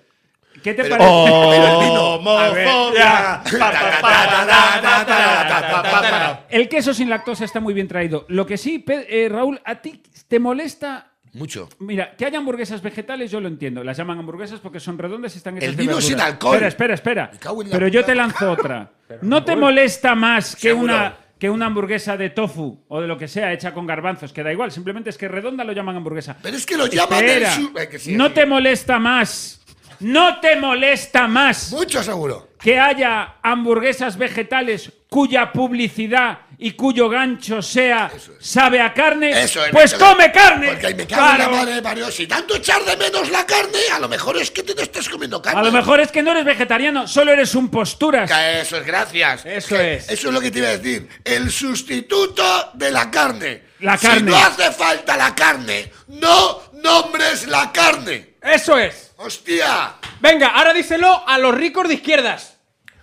S3: ¿Qué te
S6: Pero-
S3: parece?
S5: ¡Oh,
S3: ya.
S5: homofobia! Pa, pa, pa, pa, pa, pa, pa, pa, pa, pa.
S3: El queso sin lactosa está muy bien traído. Lo que sí, Pe- eh, Raúl, a ti te molesta.
S6: Mucho.
S3: Mira, que haya hamburguesas vegetales, yo lo entiendo. Las llaman hamburguesas porque son redondas y están hechas
S6: El
S3: de
S6: vino
S3: verduras.
S6: sin alcohol.
S3: Espera, espera, espera.
S6: Me cago en la
S3: Pero yo
S6: puta.
S3: te lanzo otra. ¿No te molesta más que
S6: Seguro.
S3: una, que una hamburguesa de tofu o de lo que sea hecha con garbanzos? Que da igual, simplemente es que redonda lo llaman hamburguesa.
S6: Pero es que lo llaman... el
S3: Espera,
S6: su- eh, que sí,
S3: no
S6: sí.
S3: te molesta más. No te molesta más
S6: Mucho seguro.
S3: que haya hamburguesas vegetales cuya publicidad y cuyo gancho sea sabe a carne,
S6: Eso es,
S3: pues
S6: me cago-
S3: come carne.
S6: Porque ahí me cago en la
S3: Claro.
S6: madre de Mario. Si tanto echar de menos la carne, a lo mejor es que te no estás comiendo carne.
S3: A lo mejor es que no eres vegetariano, solo eres un posturas.
S6: Eso es, gracias.
S3: Eh,
S4: Eso
S6: Que-
S4: es.
S6: Eso es lo que te iba a decir. El sustituto de la carne.
S3: La
S6: Si
S3: carne.
S6: no hace falta la carne, no nombres la carne.
S4: Eso es.
S6: ¡Hostia!
S8: Venga, ahora díselo a los ricos de izquierdas.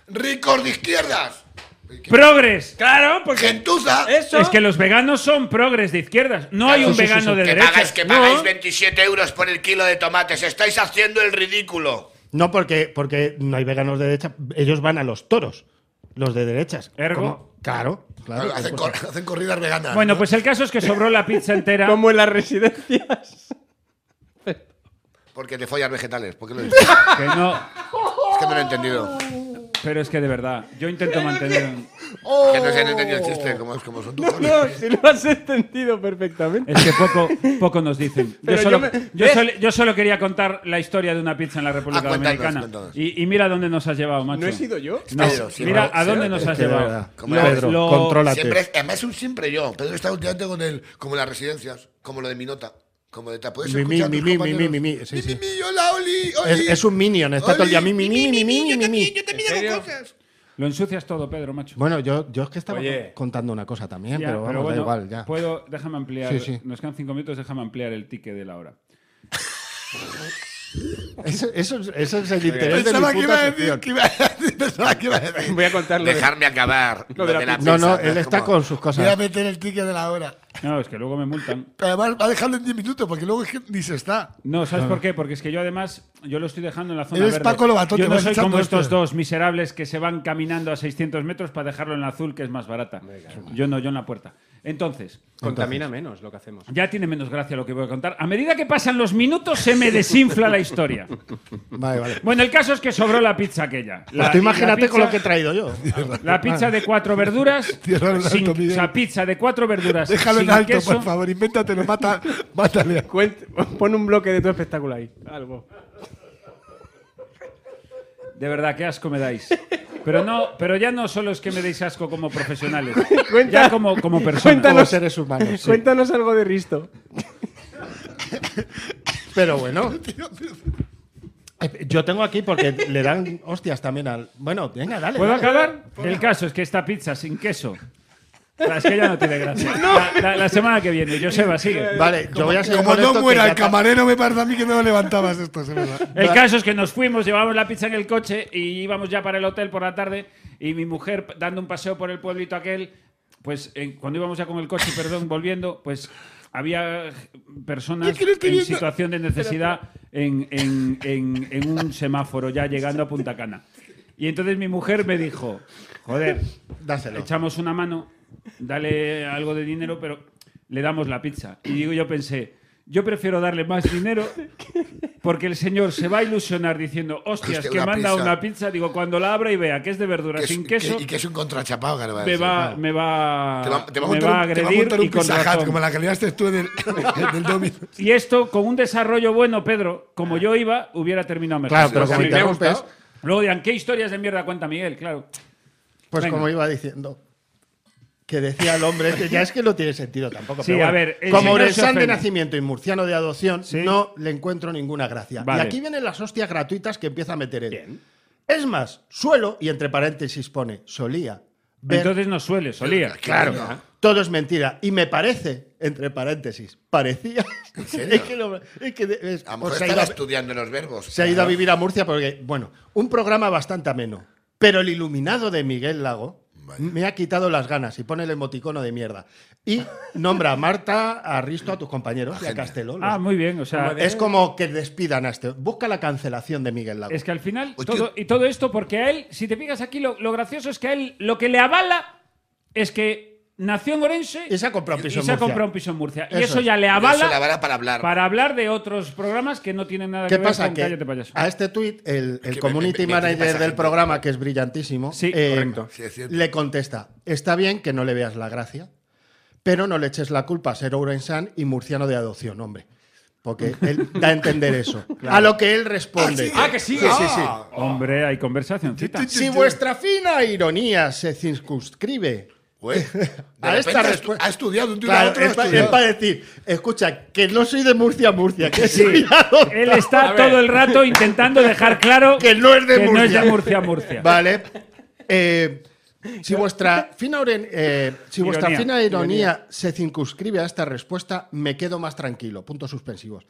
S6: Ricos de izquierdas.
S3: Progres.
S8: Claro, porque
S6: Gentuza.
S8: eso.
S3: Es que los veganos son progres de izquierdas, no hay un
S5: sí, sí,
S3: vegano
S5: sí.
S3: de
S6: que
S3: derechas.
S6: pagáis, que
S3: No.
S6: pagáis 27 euros por el kilo de tomates. Estáis haciendo el ridículo.
S5: No, porque, porque no hay veganos de derecha. Ellos van a los toros, los de derechas.
S3: Ergo.
S5: ¿Cómo? Claro, claro. Pues
S6: Hacen, cor- hacen corridas veganas.
S3: Bueno, pues el caso es que sobró la pizza entera.
S4: Como en las residencias.
S6: Porque te follas vegetales. ¿Por qué lo dices?
S3: Que no.
S7: que no lo he entendido.
S5: Oh.
S3: Pero es que de verdad, yo intento mantener. un-
S7: Que no se han entendido el chiste, como, es- como son tus cojones.
S4: No, si lo has entendido perfectamente.
S3: Es que poco, poco nos dicen. Yo
S4: Pero yo
S3: solo,
S4: me-
S3: yo
S4: ¿ves?
S3: solo- yo solo quería contar la historia de una pizza en la República
S7: Ah, cuéntanos,
S3: Dominicana.
S7: cuéntanos.
S3: Y, y mira dónde nos has llevado, macho.
S4: ¿No he sido yo?
S3: No,
S7: Sí, sí,
S3: mira
S7: sí,
S3: a
S7: sí,
S3: dónde
S7: sí,
S3: nos
S7: sí,
S3: has
S5: que de
S3: llevado.
S5: verdad.
S7: Como
S5: Lo-
S7: era-
S5: Pedro,
S3: lo-
S5: contrólate.
S7: Siempre, es- además es un siempre yo. Pedro está últimamente con el, como las residencias, como lo de Minota. Como de, ¿te puedes
S5: Mi, mi,
S7: escuchar a
S5: mi,
S7: tus
S5: mi, mi,
S7: compañeros?
S5: mi, mi, mi, sí,
S7: Mi,
S5: sí.
S7: mi, mi, hola, Oli, Oli.
S5: Es, es un minion, está todo el día
S7: Oli,
S5: mi, mi, mi, mi, mi, mi, mi.
S7: Yo también hago cosas.
S3: Lo ensucias todo, Pedro, macho.
S5: Bueno, yo, yo es que estaba
S4: Oye.
S5: contando una cosa también,
S3: Ya,
S5: Eh, pero, vamos, da igual, ya.
S3: Puedo, déjame ampliar.
S5: Sí, sí.
S3: Nos quedan cinco minutos, déjame ampliar el ticket de la hora.
S5: Eso, eso, es- eso es el interés de mi
S6: Pensaba que iba
S5: puta
S6: a
S5: sección.
S6: decir. Que iba a decir pensaba que iba a decir.
S4: Voy a contarlo. de-
S7: Dejarme acabar. lo
S4: de
S7: de
S4: la
S7: la
S5: No,
S7: pizza,
S5: no, él
S7: es
S5: está
S7: como-
S5: con sus
S6: Voy a
S5: cosas.
S6: meter el ticket de la hora.
S3: No, es que luego me multan.
S6: Pero además va a dejarlo en 10 minutos porque luego es que ni se está.
S3: No, ¿sabes por qué? Porque es que yo además, yo lo estoy dejando en la zona
S6: Eres
S3: verde.
S6: Paco Lobatón,
S3: yo
S6: te
S3: no
S6: vas
S3: soy
S6: echando
S3: como estos
S6: hostias.
S3: dos miserables que se van caminando a 600 metros para dejarlo en la azul, que es más barata. Yo no, yo en la puerta. Entonces,
S4: Contamina menos lo que hacemos.
S3: ya tiene menos gracia lo que voy a contar. A medida que pasan los minutos se me desinfla la historia.
S5: Vale, vale.
S3: Bueno, el caso es que sobró la pizza aquella. La,
S5: Pues tú imagínate
S3: la
S5: con lo que he
S3: pizza-
S5: traído yo.
S3: La pizza de cuatro verduras.
S6: Ah. Tierra del
S3: sin,
S6: Alto, Miguel.
S3: o sea, pizza de cuatro verduras.
S6: Déjalo en
S3: sin
S6: alto,
S3: queso.
S6: por favor. Invéntatelo, mata, mátale.
S4: Cuent- pon un bloque de tu espectáculo ahí. Algo.
S3: De verdad, qué asco me dais. Pero no, pero ya no solo es que me deis asco como profesionales,
S4: Cuenta-
S3: ya como, como personas.
S5: Como
S4: Cuéntanos.
S5: seres humanos. sí.
S4: Cuéntanos algo de Risto.
S5: Pero bueno. Eh, Yo tengo aquí porque le dan hostias también al. Bueno, venga, dale.
S3: ¿Puedo
S5: dale.
S3: acabar? El caso es que esta pizza sin queso. La- Es que ya no tiene gracia. La, la- la semana que viene, Joseba, sigue.
S5: Vale, yo voy a seguir
S6: Como
S5: con
S6: no
S5: esto que
S6: muera
S5: ya
S6: el
S5: ta-
S6: camarero, me parece a mí que no levantabas esto, es verdad.
S3: El caso es que nos fuimos, llevábamos la pizza en el coche y íbamos ya para el hotel por la tarde y mi mujer p- dando un paseo por el pueblito aquel, pues eh, cuando íbamos ya con el coche, perdón, volviendo, pues había eh, personas
S6: ¿Qué crees que
S3: en
S6: viendo?
S3: situación de necesidad en, en- en- en un semáforo ya llegando a Punta Cana. Y entonces mi mujer me dijo, joder,
S5: Dáselo.
S3: echamos una mano, dale algo de dinero, pero le damos la pizza. Y digo, yo pensé, yo prefiero darle más dinero porque el señor se va a ilusionar diciendo, hostias,
S7: Hostia,
S3: que
S7: una
S3: manda
S7: pizza.
S3: una pizza. Digo, cuando la abra y vea que es de verdura
S7: que es-
S3: sin
S7: que-
S3: queso,
S7: y que es un contrachapado, que le va a
S3: me,
S7: decir.
S3: va, me va,
S7: Te va- te va a
S3: me
S7: montar
S3: va a
S7: un-
S6: Te va a
S3: agredir
S6: montar
S3: y
S6: un
S3: con
S6: Pizza Hut,
S3: razón.
S6: como la que liaste tú en el, en el domino.
S3: Y esto, con un desarrollo bueno, Pedro, como yo iba, hubiera terminado mejor.
S5: Claro, pero
S3: Porque
S5: como
S3: a mí me ha
S5: interrumpes-
S3: gustado. Luego dirán, ¿qué historias de mierda cuenta Miguel? Claro.
S5: Pues
S3: Venga.
S5: como iba diciendo. Que decía el hombre, este, ya es que no tiene sentido tampoco.
S3: Sí,
S5: pero
S3: a
S5: bueno,
S3: ver, el
S5: como
S3: señor se
S5: orensán de
S3: ofende.
S5: nacimiento y murciano de adopción,
S3: Sí.
S5: no le encuentro ninguna gracia.
S3: Vale.
S5: Y aquí vienen las hostias gratuitas que empieza a meter él. Es más, suelo, y entre paréntesis pone, solía. ver-
S3: Entonces no suele, solía.
S5: claro, todo es mentira. Y me parece, entre paréntesis, parecía.
S7: serio?
S5: es que, lo- es que de- es-
S7: A lo
S5: o
S7: mejor
S5: sea,
S7: estaba
S5: iba-
S7: estudiando los verbos.
S5: se ha ido a vivir a Murcia porque, bueno, un programa bastante ameno. Pero el iluminado de Miguel Lago me ha quitado las ganas y pone el emoticono de mierda. Y nombra a Marta, a Risto, a tus compañeros y a Castelo. Los-
S3: Ah, muy bien, o sea,
S5: es como que despidan a este. Busca la cancelación de Miguel Lago.
S3: Es que al final,
S5: Pues
S7: Hostia.
S3: todo, y todo esto porque a él, si te fijas aquí, lo, lo gracioso es que a él lo que le avala es que nació en Orense
S5: Y se ha comprado un piso
S3: y
S5: en
S3: se ha
S5: Murcia.
S3: comprado un piso en Murcia. y
S5: Eso
S3: eso
S5: es.
S3: ya le
S7: Pero eso
S3: avala
S7: la vara para hablar.
S3: para hablar de otros programas que no tienen nada
S5: ¿Qué
S3: que ver
S5: pasa?
S3: con
S5: Que
S3: Cállate Payaso.
S5: a este tuit, el, el
S7: me-
S5: community
S7: me- me- me
S5: manager
S7: pasa
S5: del
S7: gente.
S5: programa, que es brillantísimo, eh,
S3: Sí, correcto.
S7: Sí, es cierto.
S5: le contesta, está bien que no le veas la gracia, pero no le eches la culpa a ser San y murciano de adopción, hombre. Porque él da a entender eso. A lo que él responde.
S8: Ah, que sigue.
S5: Sí, sí, sí.
S3: Hombre, hay
S7: Ah,
S3: conversacioncita.
S5: Si vuestra fina ironía se circunscribe
S7: Güey, de
S5: a
S7: repente
S5: esta
S7: ha
S5: respu-
S7: estu- ha estudiado un tío
S5: Claro,
S7: a otro. ha
S5: es para
S7: estudiado.
S5: decir, escucha, que no soy de Murcia, Murcia, que
S3: Sí.
S5: soy adoptado.
S3: Él está todo el rato intentando dejar claro
S5: Que no es de
S3: que
S5: Murcia.
S3: Murcia, Murcia.
S5: Vale. Eh, si vuestra fina, oren- eh, si
S3: Ironía,
S5: vuestra fina ironía, se circunscribe a esta respuesta, me quedo más tranquilo. Puntos suspensivos.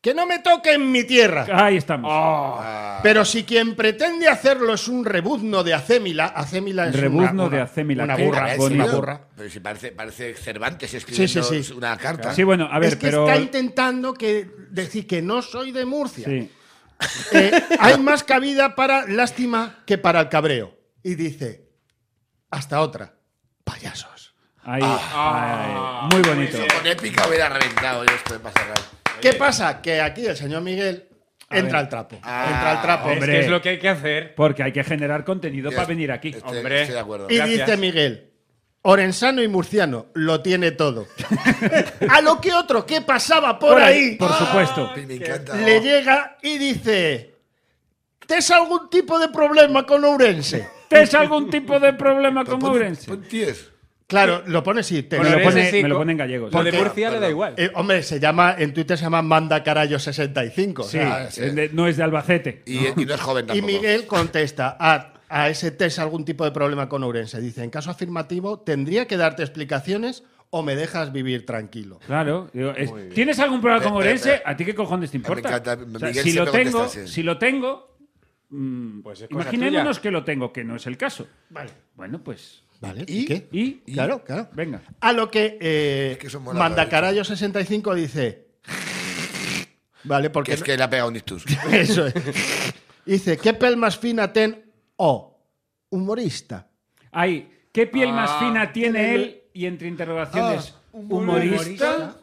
S5: Que no me toquen mi tierra.
S3: Ahí estamos. Ah.
S5: Pero si quien pretende hacerlo es un rebuzno de acémila, acémila es una-
S3: Rebuzno
S5: una-
S3: de acémila.
S5: Una
S3: Qué
S5: burra,
S7: Parece-
S5: una
S3: bonito.
S5: burra.
S7: Pero si parece, parece Cervantes escribiendo
S5: Sí, sí, sí.
S7: una carta.
S3: Sí, bueno, a ver,
S5: es que
S3: pero.
S5: está intentando que decir que no soy de Murcia.
S3: Sí.
S5: Eh, hay más cabida para lástima que para el cabreo. Y dice, hasta otra, payasos.
S3: Ahí.
S5: Ah.
S3: ahí, Muy bonito.
S7: Con épica hubiera reventado yo esto de pasar.
S5: ¿Qué pasa? Que aquí el señor Miguel Entra al trapo. entra al trapo.
S3: Ah, hombre.
S4: Es que es lo que hay que hacer.
S3: Porque hay que generar contenido
S7: Ya
S3: para
S5: este
S7: está.
S3: venir aquí.
S7: Estoy,
S4: Hombre.
S7: estoy de acuerdo.
S5: Y
S4: Gracias.
S5: dice Miguel, Orensano y Murciano lo tiene todo. a lo que otro que pasaba por, ahí,
S3: Por supuesto.
S7: Ay, me encanta.
S5: le llega y dice, ¿tienes algún tipo de problema con Ourense?
S3: ¿Tienes algún tipo de problema
S7: Pero
S3: con
S7: pon-
S3: Ourense?
S7: pon 10.
S5: Claro, lo pone así. te-
S3: Bueno,
S5: lo
S3: lo
S5: pone-
S3: pone-
S4: Ese sí,
S3: me lo
S4: co-
S3: pone en gallego,
S4: Lo
S7: sí.
S4: de Murcia le da
S7: Perdón.
S4: igual.
S5: eh, hombre, se llama, en Twitter se llama Manda Carayo 65. o
S3: Sí,
S5: sea,
S7: sí.
S3: es de- no es de Albacete.
S7: Y, y no es joven
S5: Y
S7: tampoco.
S5: Miguel contesta a, a ese test algún tipo de problema con Ourense. Dice, en caso afirmativo, ¿tendría que darte explicaciones o me dejas vivir tranquilo?
S3: Claro. digo, es- ¿Tienes algún problema con
S7: Pe- pe-
S3: Orense?
S7: pe-
S3: ¿A ti qué cojones te importa?
S7: encanta,
S3: O sea,
S7: Miguel
S3: si, lo
S7: siempre
S3: tengo,
S7: contesta así.
S3: si lo tengo, mm,
S4: Pues es cosa
S3: imaginémonos
S4: tuya.
S3: que lo tengo, que no es el caso.
S5: Vale.
S3: Bueno, pues.
S5: ¿Vale? ¿Y, qué?
S3: ¿Y?
S5: Claro, claro.
S3: Venga.
S5: A lo que, eh,
S7: que son buenas
S5: Mandacarayo65 dice... Vale,
S7: Que
S5: porque...
S7: es que le ha pegado un ictus.
S5: Eso es. Dice, ¿qué pel más fina ten o humorista?
S3: Ahí. ¿Qué piel más
S4: Ah.
S3: fina tiene él? Y entre interrogaciones, ¿humorista?
S4: humorista.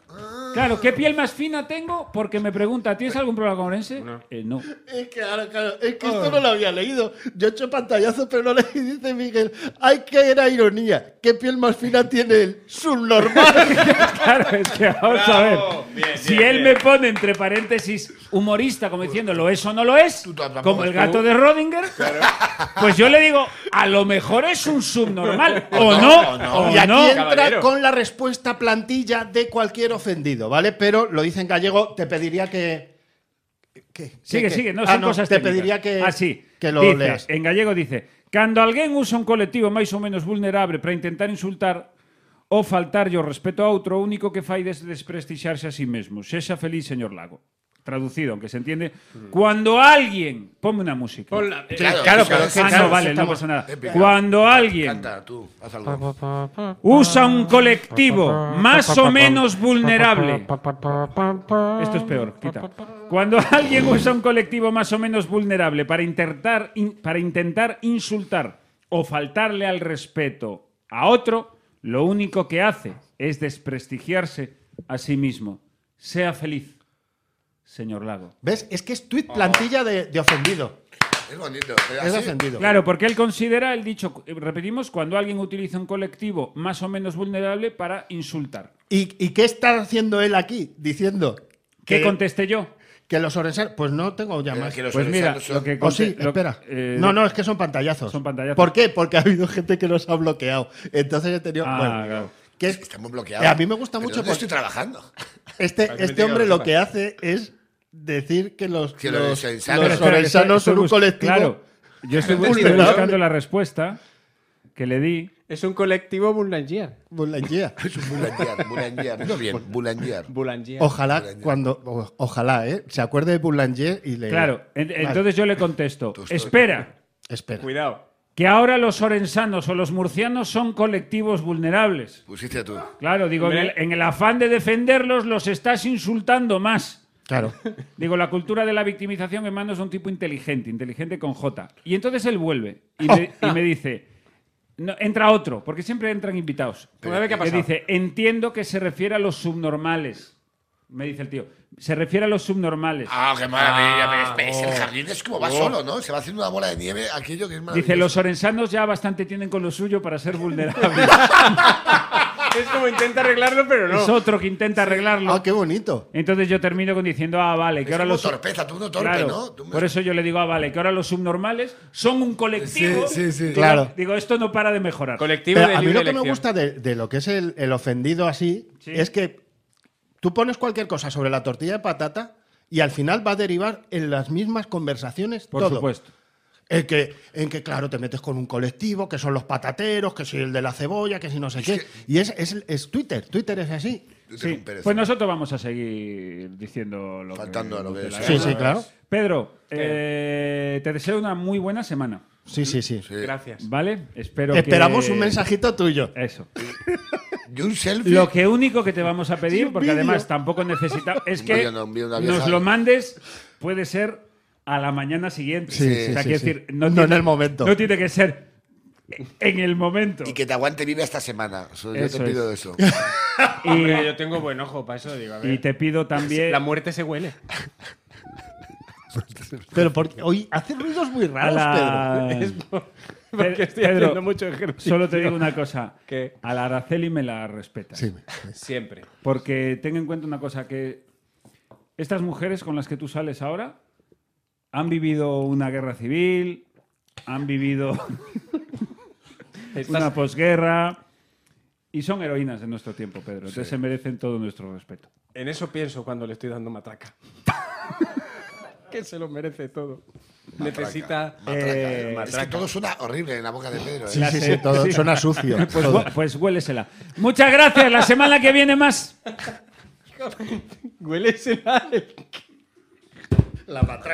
S3: Claro, ¿qué piel más fina tengo? Porque me pregunta, ¿tienes algún problema con Orense? Eh, No.
S5: Es que, ahora, claro, es que
S3: Ah.
S5: esto no lo había leído. Yo he hecho pantallazos, pero no leí. Dice Miguel, ¡ay, que era ironía! ¿Qué piel más fina tiene el subnormal?
S3: Claro, es que vamos a ver.
S4: Bravo. Bien, bien,
S3: si él
S4: bien.
S3: me pone entre paréntesis humorista, como diciendo lo es o no lo es,
S7: tampoco
S3: como el
S7: tú.
S3: gato de Rodinger, pues yo le digo, a lo mejor es un subnormal. o no, o no.
S5: y aquí entra
S4: caballero.
S5: con la respuesta plantilla de cualquier ofendido, ¿vale? Pero lo dice en gallego, te pediría que. que-
S3: Sigue,
S5: que-
S3: sigue, no
S5: ah,
S3: son cosas
S5: Te
S3: técnicas.
S5: pediría que,
S3: Ah, sí. eh,
S5: que lo
S3: Dice,
S5: leas.
S3: En gallego dice, cando alguén usa un colectivo máis ou menos vulnerable para intentar insultar ou faltarlle o respeto a outro, o único que fai des desprestixarse a sí mesmo. Sexa feliz, señor Lago. Traducido, aunque se entiende. Cuando alguien... Ponme una música.
S4: Ponla- eh,
S7: Claro,
S4: claro,
S7: sí,
S4: pero
S7: sí,
S4: es que
S3: Ah,
S4: claro,
S3: no, vale,
S4: estamos-
S3: no pasa nada.
S7: Épica.
S3: Cuando alguien
S7: Canta, tú, haz algo.
S3: usa un colectivo más o menos vulnerable. Esto es peor, quita. Cuando alguien usa un colectivo más o menos vulnerable para intentar, in- para intentar insultar o faltarle al respeto a otro, lo único que hace es desprestigiarse a sí mismo. Sea feliz, señor Lago.
S5: ¿Ves? Es que es
S3: Oh.
S5: tweet plantilla de, de ofendido.
S7: Es bonito.
S6: ¿Ah,
S5: Es ofendido.
S3: Claro, porque él considera el dicho, eh, repetimos, cuando alguien utiliza un colectivo más o menos vulnerable para insultar.
S5: ¿Y, y qué está haciendo él aquí? Diciendo.
S3: ¿Qué
S5: que-
S3: contesté yo?
S5: Que los orensanos. Pues no tengo
S6: Eh,
S7: Eh,
S5: ya más.
S3: Pues mira, lo que
S5: O Oh, sí,
S3: conte- lo-
S5: espera.
S3: eh,
S5: no, no, es que son pantallazos.
S3: Son pantallazos.
S5: ¿Por qué? Porque ha habido gente que los ha bloqueado. Entonces he tenido.
S3: Ah,
S5: bueno,
S3: claro.
S5: que es-
S7: Estamos bloqueados.
S5: Eh, a mí me gusta
S7: Pero
S5: mucho
S7: ¿dónde
S5: porque-
S7: estoy trabajando.
S5: este,
S4: que me
S5: este
S4: diga
S5: hombre
S4: lo sepa.
S5: lo que hace es decir que los,
S7: Que los
S5: los,
S7: orensanos-
S5: los
S7: Espera,
S3: espera, que estoy-
S5: orensanos
S3: estoy
S5: son un
S3: bus-
S5: colectivo.
S3: Claro, yo estoy,
S5: Gente
S3: estoy
S5: vulnerable.
S3: buscando la respuesta que le
S7: Eh,
S3: di.
S4: Es un colectivo Boulanger.
S5: Boulanger.
S7: Es un bulanguear, bulanguear. No bien, bulanguear.
S4: Boulanger.
S5: Ojalá
S7: Boulanger.
S5: cuando. o- Ojalá, ¿eh? Se acuerde de Boulanger y le.
S3: Claro, en-
S5: Vale,
S3: entonces yo le contesto,
S7: Tú estás-
S3: espera,
S5: Espera.
S4: Cuidado.
S3: que ahora los orensanos o los murcianos son colectivos vulnerables.
S7: Pusiste tú.
S3: Claro, digo, en el, en el afán de defenderlos los estás insultando más.
S5: Claro.
S3: Digo, la cultura de la victimización en manos de un tipo inteligente, inteligente con J. Y entonces él vuelve y me, y me dice, no, entra otro, porque siempre entran invitados.
S4: Una vez que ha
S3: Que
S4: pasado.
S3: dice, entiendo que se refiere a los subnormales. Me dice el tío, se refiere a los subnormales.
S7: Ah, qué maravilla. pero es- es el jardín es como va solo, ¿no? Se va haciendo una bola de nieve aquello que es maravilloso.
S3: Oh. Dice, los orensanos ya bastante tienen con lo suyo para ser vulnerables.
S4: Es como intenta arreglarlo, pero no.
S3: es otro que intenta arreglarlo.
S5: Ah, qué bonito.
S3: Entonces yo termino con diciendo, ah, vale, que
S7: Es
S3: ahora
S7: como
S3: los...
S7: torpeza, tú no torpe,
S3: Claro,
S7: ¿no? Tú me-
S3: Por eso yo le digo, ah, vale, que ahora los subnormales son un colectivo.
S7: Sí, sí, sí.
S3: Digo,
S5: Claro.
S3: Digo, esto no para de mejorar.
S4: Colectivo
S5: Pero
S4: de
S5: a mí
S4: libre
S5: lo que me
S4: elección.
S5: gusta de, de lo que es el, el ofendido así
S3: Sí.
S5: es que tú pones cualquier cosa sobre la tortilla de patata y al final va a derivar en las mismas conversaciones
S3: Por
S5: todo.
S3: supuesto.
S5: En que, en que, claro, te metes con un colectivo, que son los patateros, que si el de la cebolla, que si no sé qué. Y es, es, es Twitter, Twitter es así.
S7: Tú
S3: Sí,
S7: tienes un pereza.
S3: Pues nosotros vamos a seguir diciendo lo
S7: Faltando
S3: que,
S7: a lo
S3: nos
S7: que
S3: dé la
S7: sea.
S5: Sí,
S3: gana.
S5: sí, claro.
S3: Pedro, eh, te deseo una muy buena semana.
S5: Sí, sí, sí.
S7: Sí.
S4: Gracias.
S3: ¿Vale? Espero que-
S5: Esperamos un mensajito tuyo.
S3: Eso.
S7: Y un selfie.
S3: Lo que único que te vamos a
S5: Sí,
S3: pedir,
S5: un
S3: porque
S5: vídeo.
S3: además tampoco necesitamos, es
S7: Un
S3: que
S7: vídeo no, un vídeo de una
S3: nos
S7: vieja.
S3: lo mandes, puede ser a la mañana siguiente.
S5: Sí,
S3: o sea,
S5: sí,
S3: quiero
S5: sí.
S3: decir,
S5: No en el momento.
S3: No tiene que ser en el momento.
S7: Y que te aguante vive esta semana. So, Yo
S3: Eso
S7: te pido eso.
S3: Y-
S4: Hombre, yo tengo buen ojo para eso, digo, a ver.
S3: y te pido también.
S4: La muerte se huele.
S5: Pero porque hoy hace ruidos muy
S3: A
S5: raros,
S3: la-
S5: Pedro.
S4: Porque estoy
S3: Pedro,
S4: haciendo mucho ejercicio.
S3: Solo te digo una cosa.
S4: ¿Qué?
S3: A la Araceli me la respeta.
S5: Sí.
S4: Siempre.
S3: Porque ten en cuenta una cosa, que estas mujeres con las que tú sales ahora han vivido una guerra civil, han vivido una
S4: Estás-
S3: posguerra y son heroínas de nuestro tiempo, Pedro. Entonces se merecen todo nuestro respeto.
S4: En eso pienso cuando le estoy dando matraca. que se lo merece todo. Necesita.
S7: Matraca,
S3: Eh,
S7: es que todo suena horrible en la boca de Pedro. ¿eh?
S5: Sí, sí, sí, todo suena sucio.
S3: Pues,
S5: todo.
S3: hue- pues huélesela. Muchas gracias. La semana que viene más.
S4: Huele ese mal.
S6: La matraca.